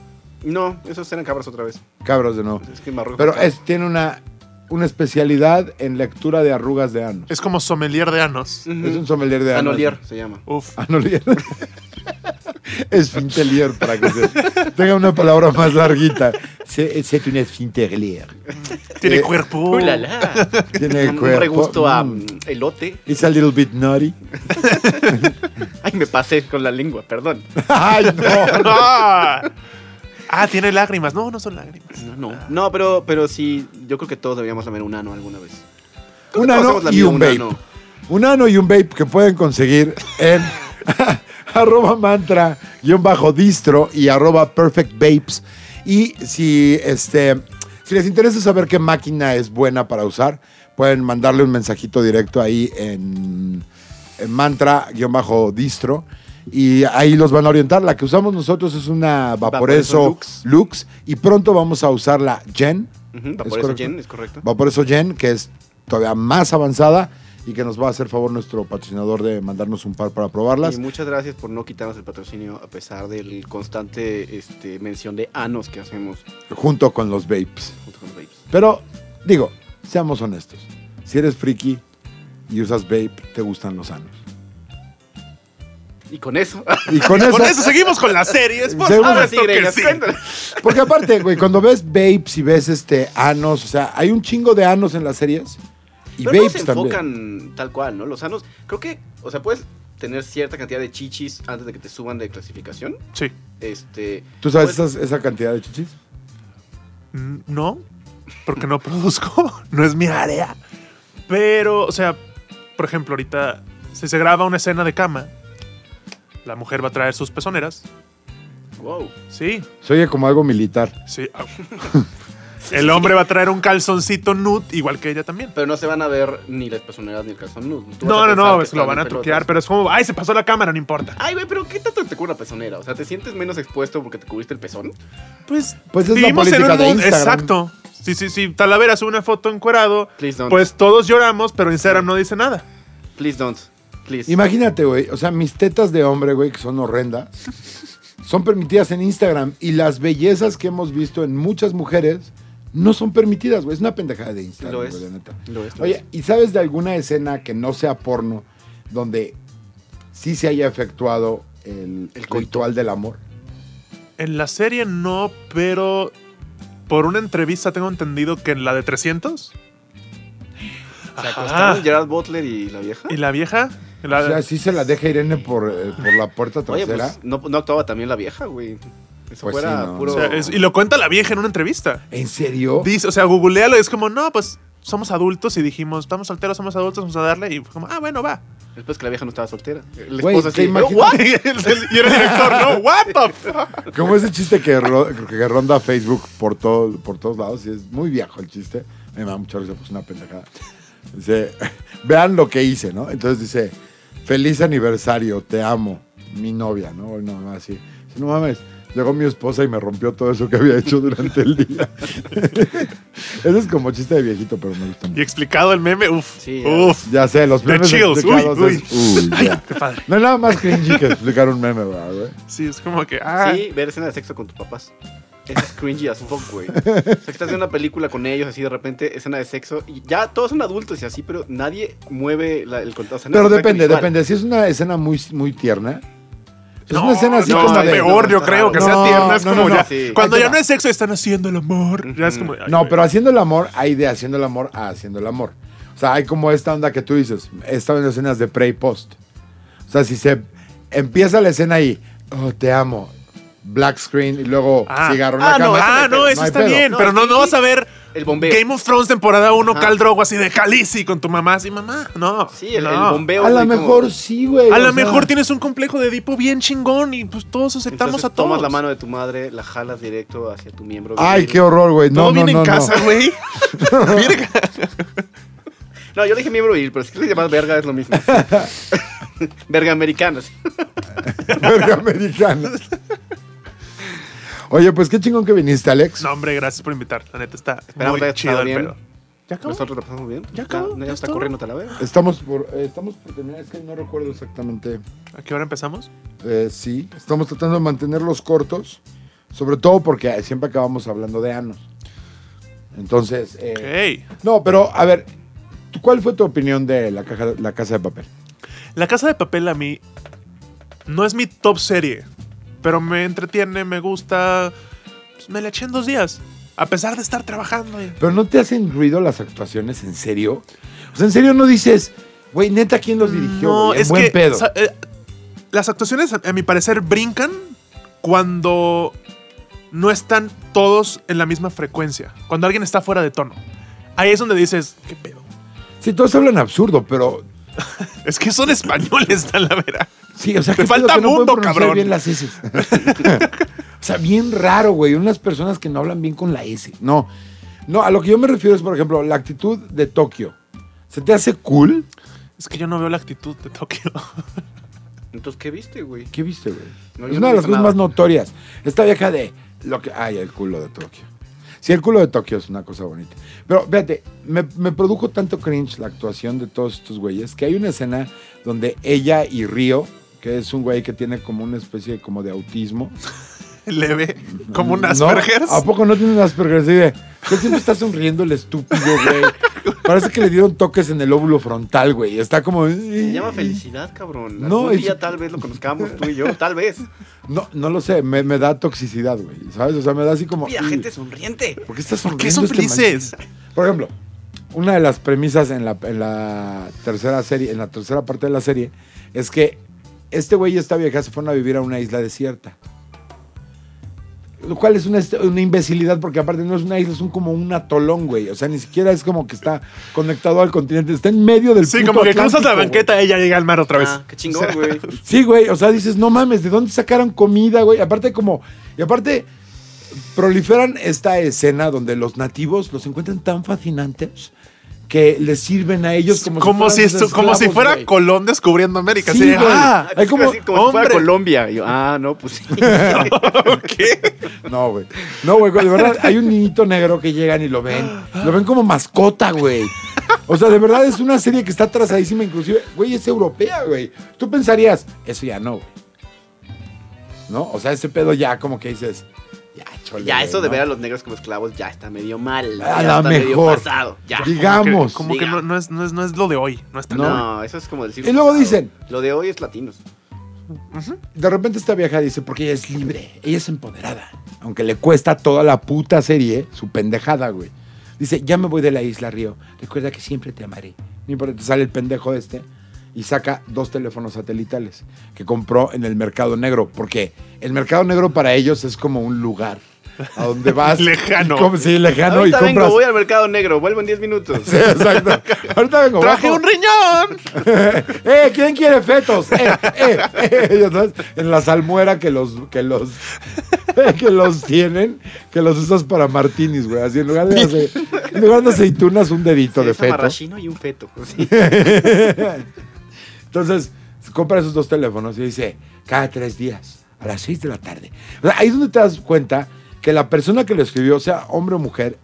No, esos eran cabras otra vez. Cabras de nuevo. Es que en Marruecos Pero está- es, tiene una, una especialidad en lectura de arrugas de anos. es como sommelier de anos. Ujú. Es un sommelier de anos. Anolier se llama. Uf. Anolier. Esfintelier, para que se tenga una palabra más larguita. Se- Es un esfintelier. Tiene Eh, cuerpo. Uh, la, la. Tiene un cuerpo. regusto a Mm. mm, elote. It's a little bit nutty. Ay, me pasé con la lengua, perdón. ¡Ay, no! ¡Ah! Ah, tiene lágrimas. No, no son lágrimas. Ah, No, no. No, pero, pero sí, yo creo que todos deberíamos lamer un ano alguna vez. Un Todos ano hemos y lamido un vape. ano. Un ano y un vape que pueden conseguir en arroba mantra guión bajo distro y arroba perfect vapes. Y si, este, si les interesa saber qué máquina es buena para usar, pueden mandarle un mensajito directo ahí en, en mantra guión bajo distro. Y ahí los van a orientar. La que usamos nosotros es una Vaporeso, Vaporeso Lux. Y pronto vamos a usar la Gen. Ujú, va ¿Es por eso, correcto? Jen, es correcto. Va por eso Jen, que es todavía más avanzada y que nos va a hacer favor nuestro patrocinador de mandarnos un par para probarlas. Y muchas gracias por no quitarnos el patrocinio a pesar del constante este, mención de anos que hacemos junto con los vapes. junto con los vapes. Pero, digo, seamos honestos. Si eres friki y usas vape, te gustan los anos. Y con eso. Y con, Con esa- eso seguimos con las series. Por Seguimos. Ahora sí, supuesto que Gregas, sí. cuéntanos. Porque aparte, güey, cuando ves vapes y ves este anos, o sea, hay un chingo de anos en las series. Y Pero no se vapes también. enfocan tal cual, ¿no? Los anos, creo que, o sea, puedes tener cierta cantidad de chichis antes de que te suban de clasificación. Sí. Este, ¿Tú sabes Pues- esas- esa cantidad de chichis? Mm, No, porque no produzco. No es mi área. Pero, o sea, por ejemplo, ahorita, si se graba una escena de cama, la mujer va a traer sus pezoneras. wow. Sí, Se oye como algo militar. sí. Ah. El hombre va a traer un calzoncito nude, igual que ella también. Pero no se van a ver ni las personeras ni el calzón nudo. Tú vas No, a no, pensar no, que pues lo están van a en pelotas. truquear, pero es como, ay, se pasó la cámara, no importa. Ay, güey, pero ¿qué tanto te cubre una pezonera? O sea, ¿te sientes menos expuesto porque te cubriste el pezón? Pues, Pues es la vivimos en política un de mundo- Instagram. Exacto. Sí, sí, sí. Talavera sube una foto encuerado, Please don't. pues todos lloramos, pero Instagram no dice nada. Please don't. Please. Imagínate, güey. O sea, mis tetas de hombre, güey, que son horrendas, son permitidas en Instagram. Y las bellezas que hemos visto en muchas mujeres no son permitidas, güey. Es una pendejada de Instagram, Lo güey, es. la neta. Lo es, lo es. Oye, ¿y sabes de alguna escena que no sea porno donde sí se haya efectuado el, El coito. ritual del amor? En la serie no, pero por una entrevista tengo entendido que en la de 300 ¿Se Ajá. acostaron Gerard Butler y la vieja? y la vieja, la- O sea, sí se la deja Irene por, eh, por la puerta Oye, trasera. pues ¿no, no actuaba también la vieja, güey. Eso Pues fuera sí, no. puro. o sea, es- y lo cuenta la vieja en una entrevista. ¿En serio? Dice, o sea, googlealo y es como, no, pues somos adultos y dijimos, estamos solteros, somos adultos, vamos a darle y fue como, ah, bueno, va. Después que la vieja no estaba soltera. La Güey, esposa ¿te así. imaginas? "Oh, what?" y era el director, no, what the fuck? Como ese chiste que, ro- que ronda Facebook por, todo, por todos lados, y es muy viejo el chiste. A mí me da mucha risa, pues una pendejada. Dice, vean lo que hice, ¿no? Entonces dice, feliz aniversario, te amo, mi novia, ¿no? O No, así. Dice, no mames, llegó mi esposa y me rompió todo eso que había hecho durante el día. Ese es como chiste de viejito, pero me gusta Y mucho. explicado el meme, uff, Sí, ya. uff, Ya sé, los The memes chills, explicados uy, es- uy, ya. qué padre. No hay nada más cringy que explicar un meme, ¿verdad, güey? Sí, es como que, ah, Sí, ver escena de sexo con tus papás. Eso es cringy as fuck, güey. O sea, que estás viendo una película con ellos, así de repente, escena de sexo. Y ya todos son adultos y así, pero nadie mueve la- el Ah, contacto. O sea, no Pero es contacto depende, visual. depende. Si es una escena muy, muy tierna. Es no, una escena así no, como está de. peor, yo no, creo, que no, sea tierna, es no, como no, no, ya, sí. cuando Ahí te ya va. no es sexo, están haciendo el amor, ya es como, ay, No, güey. pero haciendo el amor, hay de haciendo el amor a haciendo el amor. O sea, hay como esta onda que tú dices. Estaban las escenas de pre y post. O sea, si se empieza la escena ahí, oh, te amo. Black screen y luego Ah, cigarro en ah, la no, cama. Ah, no, hay eso hay está pedo. bien, No, pero no, sí, no vas a ver El bombeo. Game of Thrones temporada 1, Ajá. Cal Drogo así de Calici con tu mamá, así mamá, no. Sí, el, el no. bombeo. A lo güey, como- mejor sí, güey. A o sea, lo mejor tienes un complejo de Edipo bien chingón y pues todos aceptamos Entonces, a todos. Tomas la mano de tu madre, la jalas directo hacia tu miembro. Ay, viril. qué horror, güey. Todo No, no, viene no, en no. casa, güey. No, yo dije miembro viril, pero si le llamas verga es lo mismo. verga americana. sí. Verga americana. Oye, pues qué chingón que viniste, Alex. No, hombre, gracias por invitar. La neta está Esperamos muy que chido el bien. pedo. ¿Ya ¿Lo acabó? estás repasando bien? Ya acabó, Ya, ya está estuvo. corriendo, te la veo. Estamos por, eh, estamos por terminar, es que no recuerdo exactamente. ¿A qué hora empezamos? Eh, sí, estamos tratando de mantenerlos cortos, sobre todo porque eh, siempre acabamos hablando de anos. Entonces, eh, Ok. no, pero a ver, ¿tú- ¿cuál fue tu opinión de la, caja, la casa de papel? La Casa de Papel a mí no es mi top serie, pero me entretiene, me gusta. Pues, me la eché en dos días, a pesar de estar trabajando. y- Pero no te hacen ruido las actuaciones, ¿en serio? O sea, ¿en serio no dices, güey, neta, quién los dirigió? No, güey? En es buen que pedo. sa- eh, las actuaciones, a, a mi parecer, brincan cuando no están todos en la misma frecuencia, cuando alguien está fuera de tono. Ahí es donde dices, ¿qué pedo? Sí, todos hablan absurdo, pero Es que son españoles, Talavera. Sí, o sea, Te qué pedo falta que no pueden mundo, pronunciar cabrón. bien las S. o sea, bien raro, güey. Unas personas que no hablan bien con la S. No. No, a lo que yo me refiero es, por ejemplo, la actitud de Tokio. ¿Se te hace cool? Es que yo no veo la actitud de Tokio. Entonces, ¿qué viste, güey? ¿Qué viste, güey? No, es yo no una he de las visto cosas nada. más notorias. Esta vieja de lo que. Ay, el culo de Tokio. Sí, el culo de Tokio es una cosa bonita. Pero fíjate, me, me produjo tanto cringe la actuación de todos estos güeyes que hay una escena donde ella y Río, que es un güey que tiene como una especie como de autismo, Leve, como un ¿No? Asperger. ¿A poco no tiene un Asperger? Sí, de, él siempre está sonriendo el estúpido, güey. Parece que le dieron toques en el óvulo frontal, güey. Está como... Se llama felicidad, cabrón. No, Algún es- día tal vez lo conozcamos tú y yo, tal vez. No, no lo sé, me, me da toxicidad, güey. ¿Sabes? O sea, me da así como... Mira, gente sonriente. ¿Por qué estás ¿Por sonriendo? qué son este man? felices? Por ejemplo, una de las premisas en la, en la tercera serie, en la tercera parte de la serie, es que este güey y esta vieja se fueron a vivir a una isla desierta. Lo cual es una, est- una imbecilidad porque aparte no es una isla, es un, como un atolón, güey. O sea, ni siquiera es como que está conectado al continente, está en medio del Sí, puto como que cruzas Atlántico, la güey. banqueta y ya llega al mar otra vez. Ah, qué chingón, güey. Sí, güey, o sea, dices, no mames, ¿de dónde sacaron comida, güey? Aparte como, y aparte proliferan esta escena donde los nativos los encuentran tan fascinantes que les sirven a ellos como, como si, fueran sus esto- como si esclavos, fuera güey. Colón descubriendo América. Sí, así de, güey. ah, Hay como- Así si fuera hombre. Colombia. Y yo, ah, no, pues sí. ¿qué? No, güey. No, güey, de verdad, hay un niñito negro que llegan y lo ven. Lo ven como mascota, güey. O sea, de verdad es una serie que está atrasadísima, inclusive, güey, es europea, güey. Tú pensarías, eso ya no, güey. ¿No? O sea, ese pedo ya como que dices, ya, chole. Ya, güey, eso de ¿no? ver a los negros como esclavos ya está medio mal. ya A la está mejor. medio pasado. Ya. Digamos. Pues Como que, como que no, no es, no, es, no es lo de hoy. No es tan No. No, eso es como decir. Y luego dicen- Lo de hoy es latinos. De repente esta vieja dice, porque ella es libre, ella es empoderada. Aunque le cuesta toda la puta serie, su pendejada, güey. Dice, ya me voy de la isla, Río. Recuerda que siempre te amaré. Ni por te sale el pendejo este y saca dos teléfonos satelitales que compró en el mercado negro. Porque el mercado negro para ellos es como un lugar a donde vas. Lejano. y com- sí, lejano. Ahorita y vengo, compras. voy al mercado negro, vuelvo en 10 minutos. Sí, exacto. Ahorita vengo. ¡Traje bajo. un riñón! ¡Eh! ¿Quién quiere fetos? ¡Eh! ¡Eh! eh, ya sabes, en la salmuera que los, que los, eh, que los tienen, que los usas para martinis, güey. Así en lugar de, ace- en lugar de aceitunas, un dedito Sí, de es feto. amarrachino y un feto. Sí. Entonces, se compra esos dos teléfonos y dice, cada tres días, a las seis de la tarde. O sea, ahí es donde te das cuenta que la persona que lo escribió, sea hombre o mujer,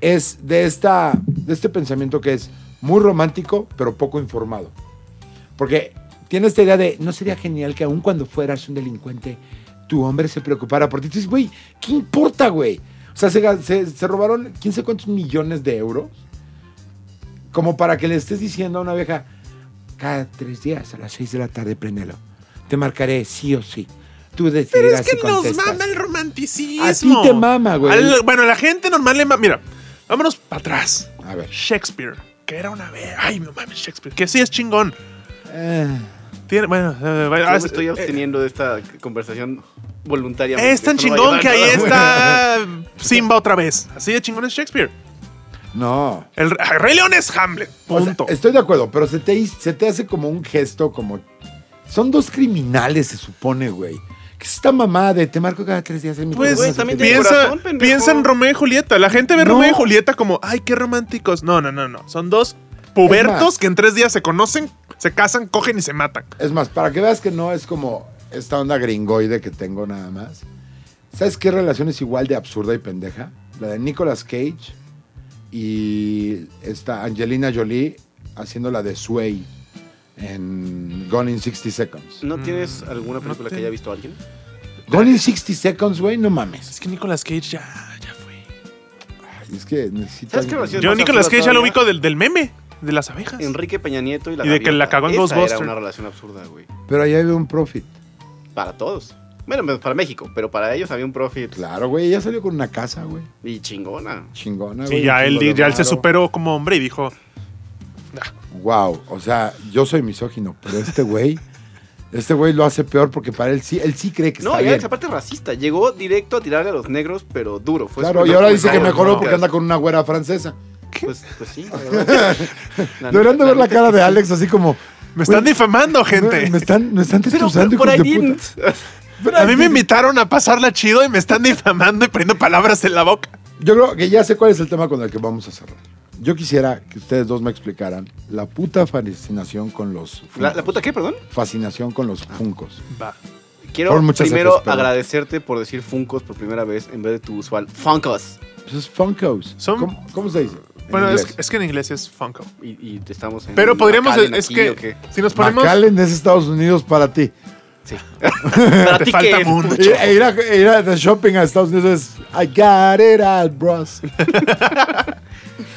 es de, esta, de este pensamiento que es muy romántico, pero poco informado. Porque tiene esta idea de, ¿no sería genial que aun cuando fueras un delincuente, tu hombre se preocupara por ti? Tú dices, güey, ¿qué importa, güey? O sea, se, ga- se- se robaron quién sabe cuántos millones de euros como para que le estés diciendo a una vieja, cada tres días a las seis de la tarde, prendelo. Te marcaré sí o sí. Tú Pero decidirás es que si nos contestas". mama el romanticismo. A ti te mama, güey. Al- bueno, la gente normal le mama. Mira, vámonos para atrás. A ver. Shakespeare, que era una vez. Ay, no mames, Shakespeare, que sí es chingón. Eh. Tiene, bueno, eh, Yo bueno, me es- estoy eh, absteniendo de esta voluntariamente. Voluntariamente. es tan Esto no va chingón a que ahí llevar nada. está Simba otra vez. Así de chingón es Shakespeare. No. El, re- el Rey León es Hamlet. O Punto. sea, estoy de acuerdo, pero se te, hiz- se te hace como un gesto, como. Son dos criminales, se supone, güey. ¿Qué es esta mamá de te marco cada tres días en mi Pues teléfono? Güey, también tiene piensa, corazón, pendejo. piensa en Romeo y Julieta. La gente ve No. Romeo y Julieta como, ay, qué románticos. No, no, no, no. Son dos pubertos más. que en tres días se conocen, se casan, cogen y se matan. Es más, para que veas que no es como esta onda gringoide que tengo nada más. ¿Sabes qué relación es igual de absurda y pendeja? La de Nicolas Cage y está Angelina Jolie haciendo la de Sway en Gone in 60 Seconds. ¿No tienes alguna Mm, no película que tengo. haya visto alguien? Gone in 60 Seconds, güey, no mames. Es que Nicolas Cage ya, ya fue. Ay, Es que necesito. ¿Sabes qué relación? Yo más Nicolas absurda Cage ya lo todavía? ubico del, del meme, de las abejas. Enrique Peña Nieto y la Y de que Gaviota. la cagó en Esa Ghostbusters. Era una relación absurda, güey. Pero ahí había un profit. Para todos. Bueno, pues, para México, pero para ellos había un profit Claro, güey, ella salió con una casa, güey. y chingona. Chingona, güey. Sí, ya él, di- ya él se superó. superó como hombre y dijo, Wow, o sea, yo soy misógino, pero este güey, este güey lo hace peor porque para él sí, él sí cree que No, está y bien. esa parte racista. Llegó directo a tirarle a los negros, pero duro. Fue Claro, súper y ahora dice que comentario, mejoró ¿no? porque anda con una güera francesa. Pues, pues sí, la verdad. La Deberían de neta- ver la neta es cara que de sí. Alex así como... me están "Güey, difamando, Me, gente. me están, me están Pero destrozando, por hijos ahí de puta. didn't. Pero A mí me ahí didn't. invitaron a pasarla chido y me están difamando y poniendo palabras en la boca. Yo creo que ya sé cuál es el tema con el que vamos a cerrar. Yo quisiera que ustedes dos me explicaran la puta fascinación con los... ¿La, la funcos. puta qué, perdón? Fascinación con los funcos. Va. Quiero Fueron muchas primero Fs, pero- agradecerte por decir Funkos por primera vez en vez de tu usual Funkos. Pues es Funkos. Son- ¿Cómo, cómo se dice? en Bueno, es, inglés? es que en inglés es Funko. Y, y estamos en. Pero podríamos, McAllen es aquí, ¿o que qué? si nos ponemos... McAllen es Estados Unidos para ti. Sí. Para Te ti falta que es mundo. Ir, ir a, e ir a de shopping a Estados Unidos es I got it out, bros.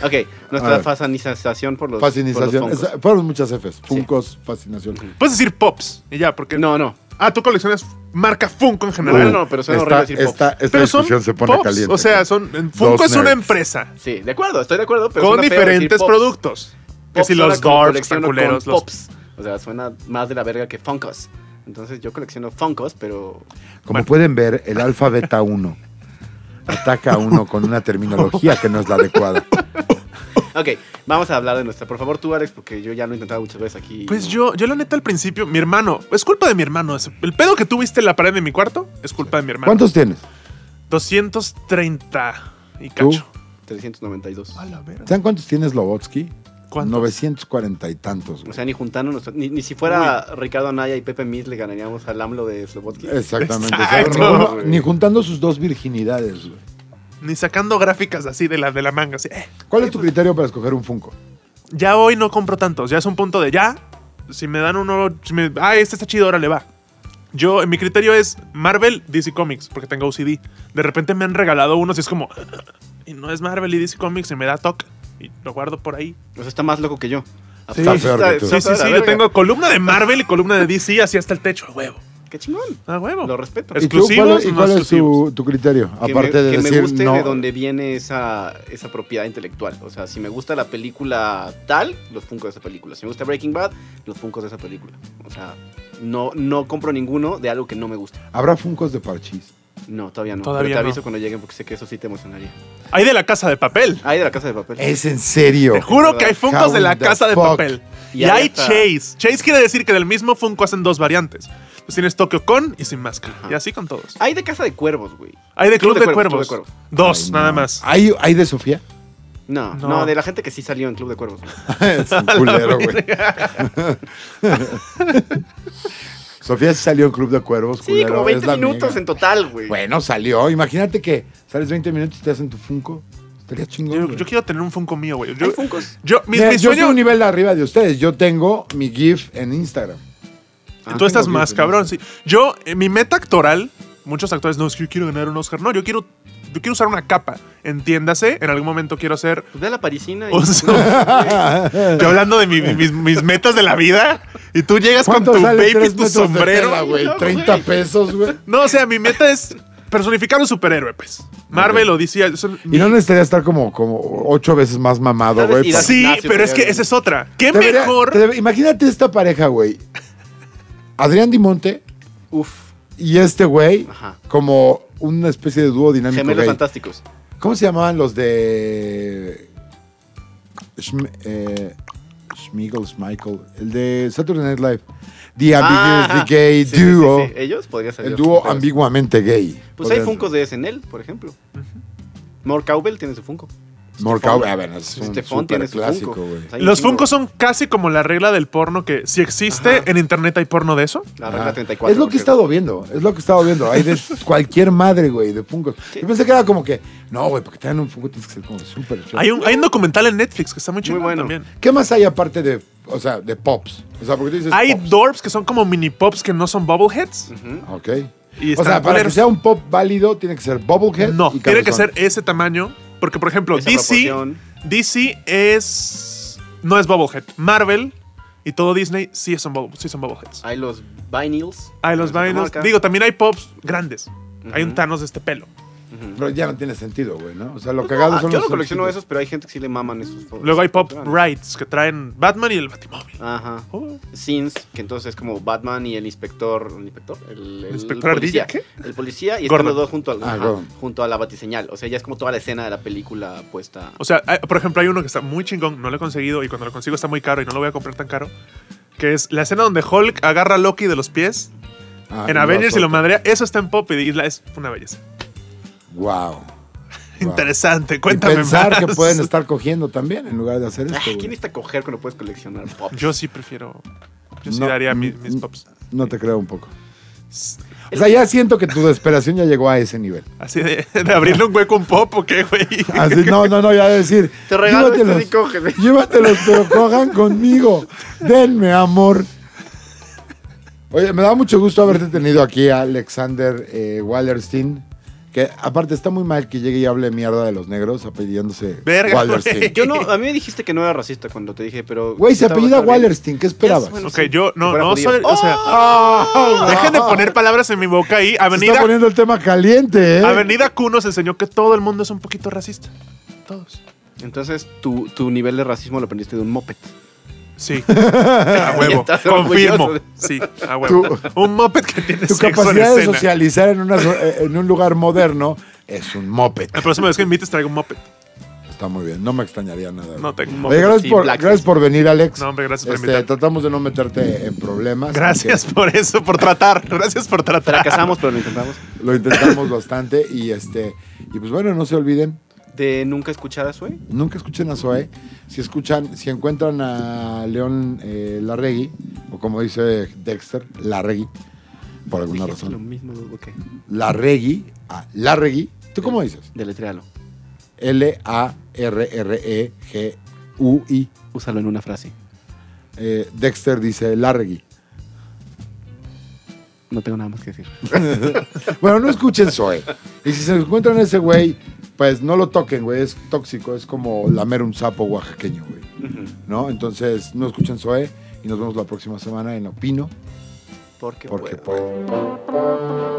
Ok, A nuestra ver. fascinización por los. por Fascinación. los Funkos. Esa- fueron muchas Fs. Funcos, fascinación. Puedes decir Pops y ya, porque... No, no. Ah, tú coleccionas marca Funko en No, general. no, no, pero suena horrible decir Funkos. esta, esta pero son discusión se pone Pops, caliente. O sea, son, en- Funko es una nerds. empresa Sí, de acuerdo, estoy de acuerdo. Pero con suena feo decir diferentes Pops. productos. Que Pops si suena los como Dwarfs, colecciono con taculeros, los... Pops. O sea, suena más de la verga que Funkos. Entonces yo colecciono Funkos, pero. Como pueden ver, el alfa beta 1 ataca a uno con una terminología que no es la adecuada. Ok, vamos a hablar de nuestra. Por favor, tú, Alex, porque yo ya lo he intentado muchas veces aquí. Pues yo, yo la neta al principio, mi hermano, es culpa de mi hermano. eso. El pedo que tuviste en la pared de mi cuarto es culpa de mi hermano. ¿Cuántos tienes? 230 y ¿Tú? cacho. 392. A la verga. ¿Saben cuántos tienes, Lobotsky? ¿Cuántos? 940 y tantos. O güey. sea, ni juntando nuestro- ni, ni si fuera Ricardo Anaya y Pepe Miz le ganaríamos al AMLO de Slobodsky. Exactamente. Exacto. O sea, no, no, ni juntando sus dos virginidades. güey. Ni sacando gráficas así de la, de la manga. así, eh. ¿Cuál es tu criterio para escoger un Funko? Ya hoy no compro tantos. Ya es un punto de ya. Si me dan uno. Si me, ah, este está chido, ahora le va. Yo, mi criterio es Marvel, DC Comics, porque tengo OCD. De repente me han regalado unos y es como. Y no es Marvel y DC Comics y me da toque. Y lo guardo por ahí. O sea, está más loco que yo. Sí, Está peor que tú. Sí, sí, está de sí. la Yo verga. tengo columna de Marvel y columna de DC así hasta el techo. A huevo. Qué chingón. A huevo. Lo respeto. Es- ¿Y tú, cuál ¿Exclusivos es- ¿Y o no cuál es tu, exclusivos? tu criterio? Que Aparte me, de que me decir guste no. de dónde viene esa, esa propiedad intelectual. O sea, si me gusta la película tal, los funcos de esa película. Si me gusta Breaking Bad, los funcos de esa película. O sea, no, no compro ninguno de algo que no me gusta. ¿Habrá Funcos de parchís? No, todavía no. Pero Todavía no. te aviso cuando lleguen porque sé que eso sí te emocionaría. Hay de la casa de papel. Ahí de la casa de papel. Es en serio. Te juro que hay How Funkos de la the casa de fuck? papel. Y, hay hasta- Chase. Chase quiere decir que del mismo Funko hacen dos variantes. Pues tienes Tokio con y sin máscara. Ajá. Y así con todos. Hay de casa de cuervos, güey. Hay de Club, de, Club Cuervos. de Cuervos. Dos, Ay, nada no. Ah, más. ¿Hay, hay de Sofía? No, No. no, de la gente que sí salió en Club de Cuervos. güey. es un culero, güey. Sofía sí salió en Club de Cuervos. Sí, culero, como es 20 la minutos amiga. en total, güey. Bueno, salió. Imagínate que sales 20 minutos y te hacen tu Funko. Estaría chingón. Yo, güey. yo quiero tener un Funko mío, güey. Yo, Hay Funkos. yo, mi, Mira, mi yo estoy sueño. un nivel arriba de ustedes. Yo tengo mi GIF en Instagram. Ah, tú estás tengo más bien, cabrón, tengo sí. Yo, eh, mi meta actoral, muchos actores no es que yo quiero ganar un Oscar. No, yo quiero, yo quiero usar una capa. Entiéndase, en algún momento quiero ser. Pues ve a la parisina y... o sea, Eh. yo hablando de mi- mis, mis metas de la vida y tú llegas con tu ¿Cuánto sale vape y tres tu metros de tela, sombrero. güey? No, 30 güey. pesos, güey. No, o sea, mi meta es personificar un superhéroe, pues. Marvel o DC. eso es mi- Y no necesitaría estar como, como ocho veces más mamado, Tal vez güey. ir a- para- Sí, Ignacio pero es sería que el- esa es otra. ¿Qué Debería- mejor? te debe- imagínate esta pareja, güey. Adrián Dimonte Uf, y este güey Ajá. como una especie de dúo dinámico. gemelos gay. fantásticos. ¿Cómo se llamaban los de Schm- eh, Schmiegels, Michael? El de Saturday Night Live. The Ambiguous Ah, the Gay sí, sí, sí, Duo. sí. Ellos podrían salir. El los dúo Funkos. ambiguamente gay. Pues hay Podrían- Funkos de SNL, por ejemplo. Mor Cowbell tiene su Funko. Morcau, a ver, es un Stefan tiene su superclásico, Funko. güey. O sea, hay un Los chingo. Funkos son casi como la regla del porno que si existe Ajá. en internet hay porno de eso. La regla Ajá. 34. Es lo por que he cierto. estado viendo, es lo que he estado viendo. Hay de cualquier madre, güey, de Funko. Yo pensé que era como que, no, güey, porque te dan un Funko tienes que ser como súper chido. Hay un, hay un documental en Netflix que está muy chido bueno. también. ¿Qué más hay aparte de, o sea, de pops? O sea, porque tú dices Hay pops. dorps que son como mini pops que no son bubbleheads. Ok. o Y están sea, para que culeros. sea un pop válido, tiene que ser Bubblehead No, y tiene que cabezón. ser ese tamaño. Porque, por ejemplo, Esa DC, proporción. DC es. No es Bubblehead. Marvel y todo Disney sí son, bubble- sí son Bubbleheads. Hay los vinyls. Hay los Esa vainos. marca. Digo, también hay pops grandes. Hay un Ujú. Thanos de este pelo. Pero ya no tiene sentido, güey, ¿no? O sea, lo Ah, cagado son yo los no colecciono sencillos. esos, pero hay gente que sí le maman esos. fotos. Luego hay pop Grandes. rights que traen Batman y el Batimóvil. Ajá. Oh. Sins, que entonces es como Batman y el inspector. ¿El inspector? El, el inspector policía. Ardilla? ¿Qué? El policía y están Gordon. los dos junto, al, Ah, ajá, Gordon. junto a la batiseñal. O sea, ya es como toda la escena de la película puesta. O sea, hay- por ejemplo, hay uno que está muy chingón, no lo he conseguido y cuando lo consigo está muy caro y no lo voy a comprar tan caro. Que es la escena donde Hulk agarra a Loki de los pies Ah, en no, Avengers y lo son- madrea. Eso está en pop y y la- es una belleza. Wow. Interesante, Y cuéntame pensar más. que pueden estar cogiendo también en lugar de hacer Ah, esto. güey. ¿Quién está coger cuando puedes coleccionar pop? Yo sí prefiero. Yo sí No, daría mi- mm, mis mm. pops. No te creo un poco. O sea, ya siento que tu desesperación ya llegó a ese nivel. Así de, de abrirle un hueco a un pop o qué, güey. Así, Ah, no, no, no, ya decir. Te regalo este esto llévatelos, y cógeme. Llévatelos, pero cojan conmigo. Denme amor. Oye, me da mucho gusto haberte tenido aquí, Alexander eh, Wallerstein. Que aparte está muy mal que llegue y hable mierda de los negros apellidándose Verga, Wallerstein. güey. Yo no, a mí me dijiste que no era racista cuando te dije, pero. Güey, se estaba apellida bastante bien. Wallerstein, ¿qué esperabas? Ya, bueno, ok, sí, yo que no, fuera no judío. soy. O sea, Ah, dejen de poner palabras en mi boca ahí. Se está Avenida, poniendo el tema caliente, ¿eh? Avenida Q nos enseñó que todo el mundo es un poquito racista. Todos. Entonces, tu, tu nivel de racismo lo aprendiste de un moped. Sí. A huevo. Estás Confirmo. orgulloso. Sí, a huevo. Un moped que tiene Tu sexo en capacidad de escena. socializar en, una so- eh, en un lugar moderno es un moped. La próxima vez que invites traigo un moped. Está muy bien, no me extrañaría nada. No tengo un Oye, moped. gracias, sí, por, Black gracias Friday. por venir, Alex. No, hombre, gracias por Este, invitarme. Tratamos de no meterte en problemas. Gracias por eso, por tratar. Gracias por tratar. Fracasamos, pero lo intentamos. aunque Lo intentamos bastante y este y pues bueno, no se olviden, De nunca escuchar a Sue. nunca escuchen a Zoe. Si escuchan, si encuentran a León eh, Larregui, o como dice Dexter, Larregui, por alguna Dije, es Lo razón. mismo, ok. Larregui, a Larregui, ¿tú cómo dices? Deletréalo. E L-A-R-R-E-G-U-I. Úsalo en una frase. Eh, Dexter dice Larregui. No tengo nada más que decir. Bueno, no escuchen Zoe. Y si se encuentran a ese güey, pues no lo toquen, güey. Es tóxico, es como lamer un sapo oaxaqueño, güey. ¿No? Entonces, no escuchen Zoe y nos vemos la próxima semana en Opino, Porque, porque puedo. pueden.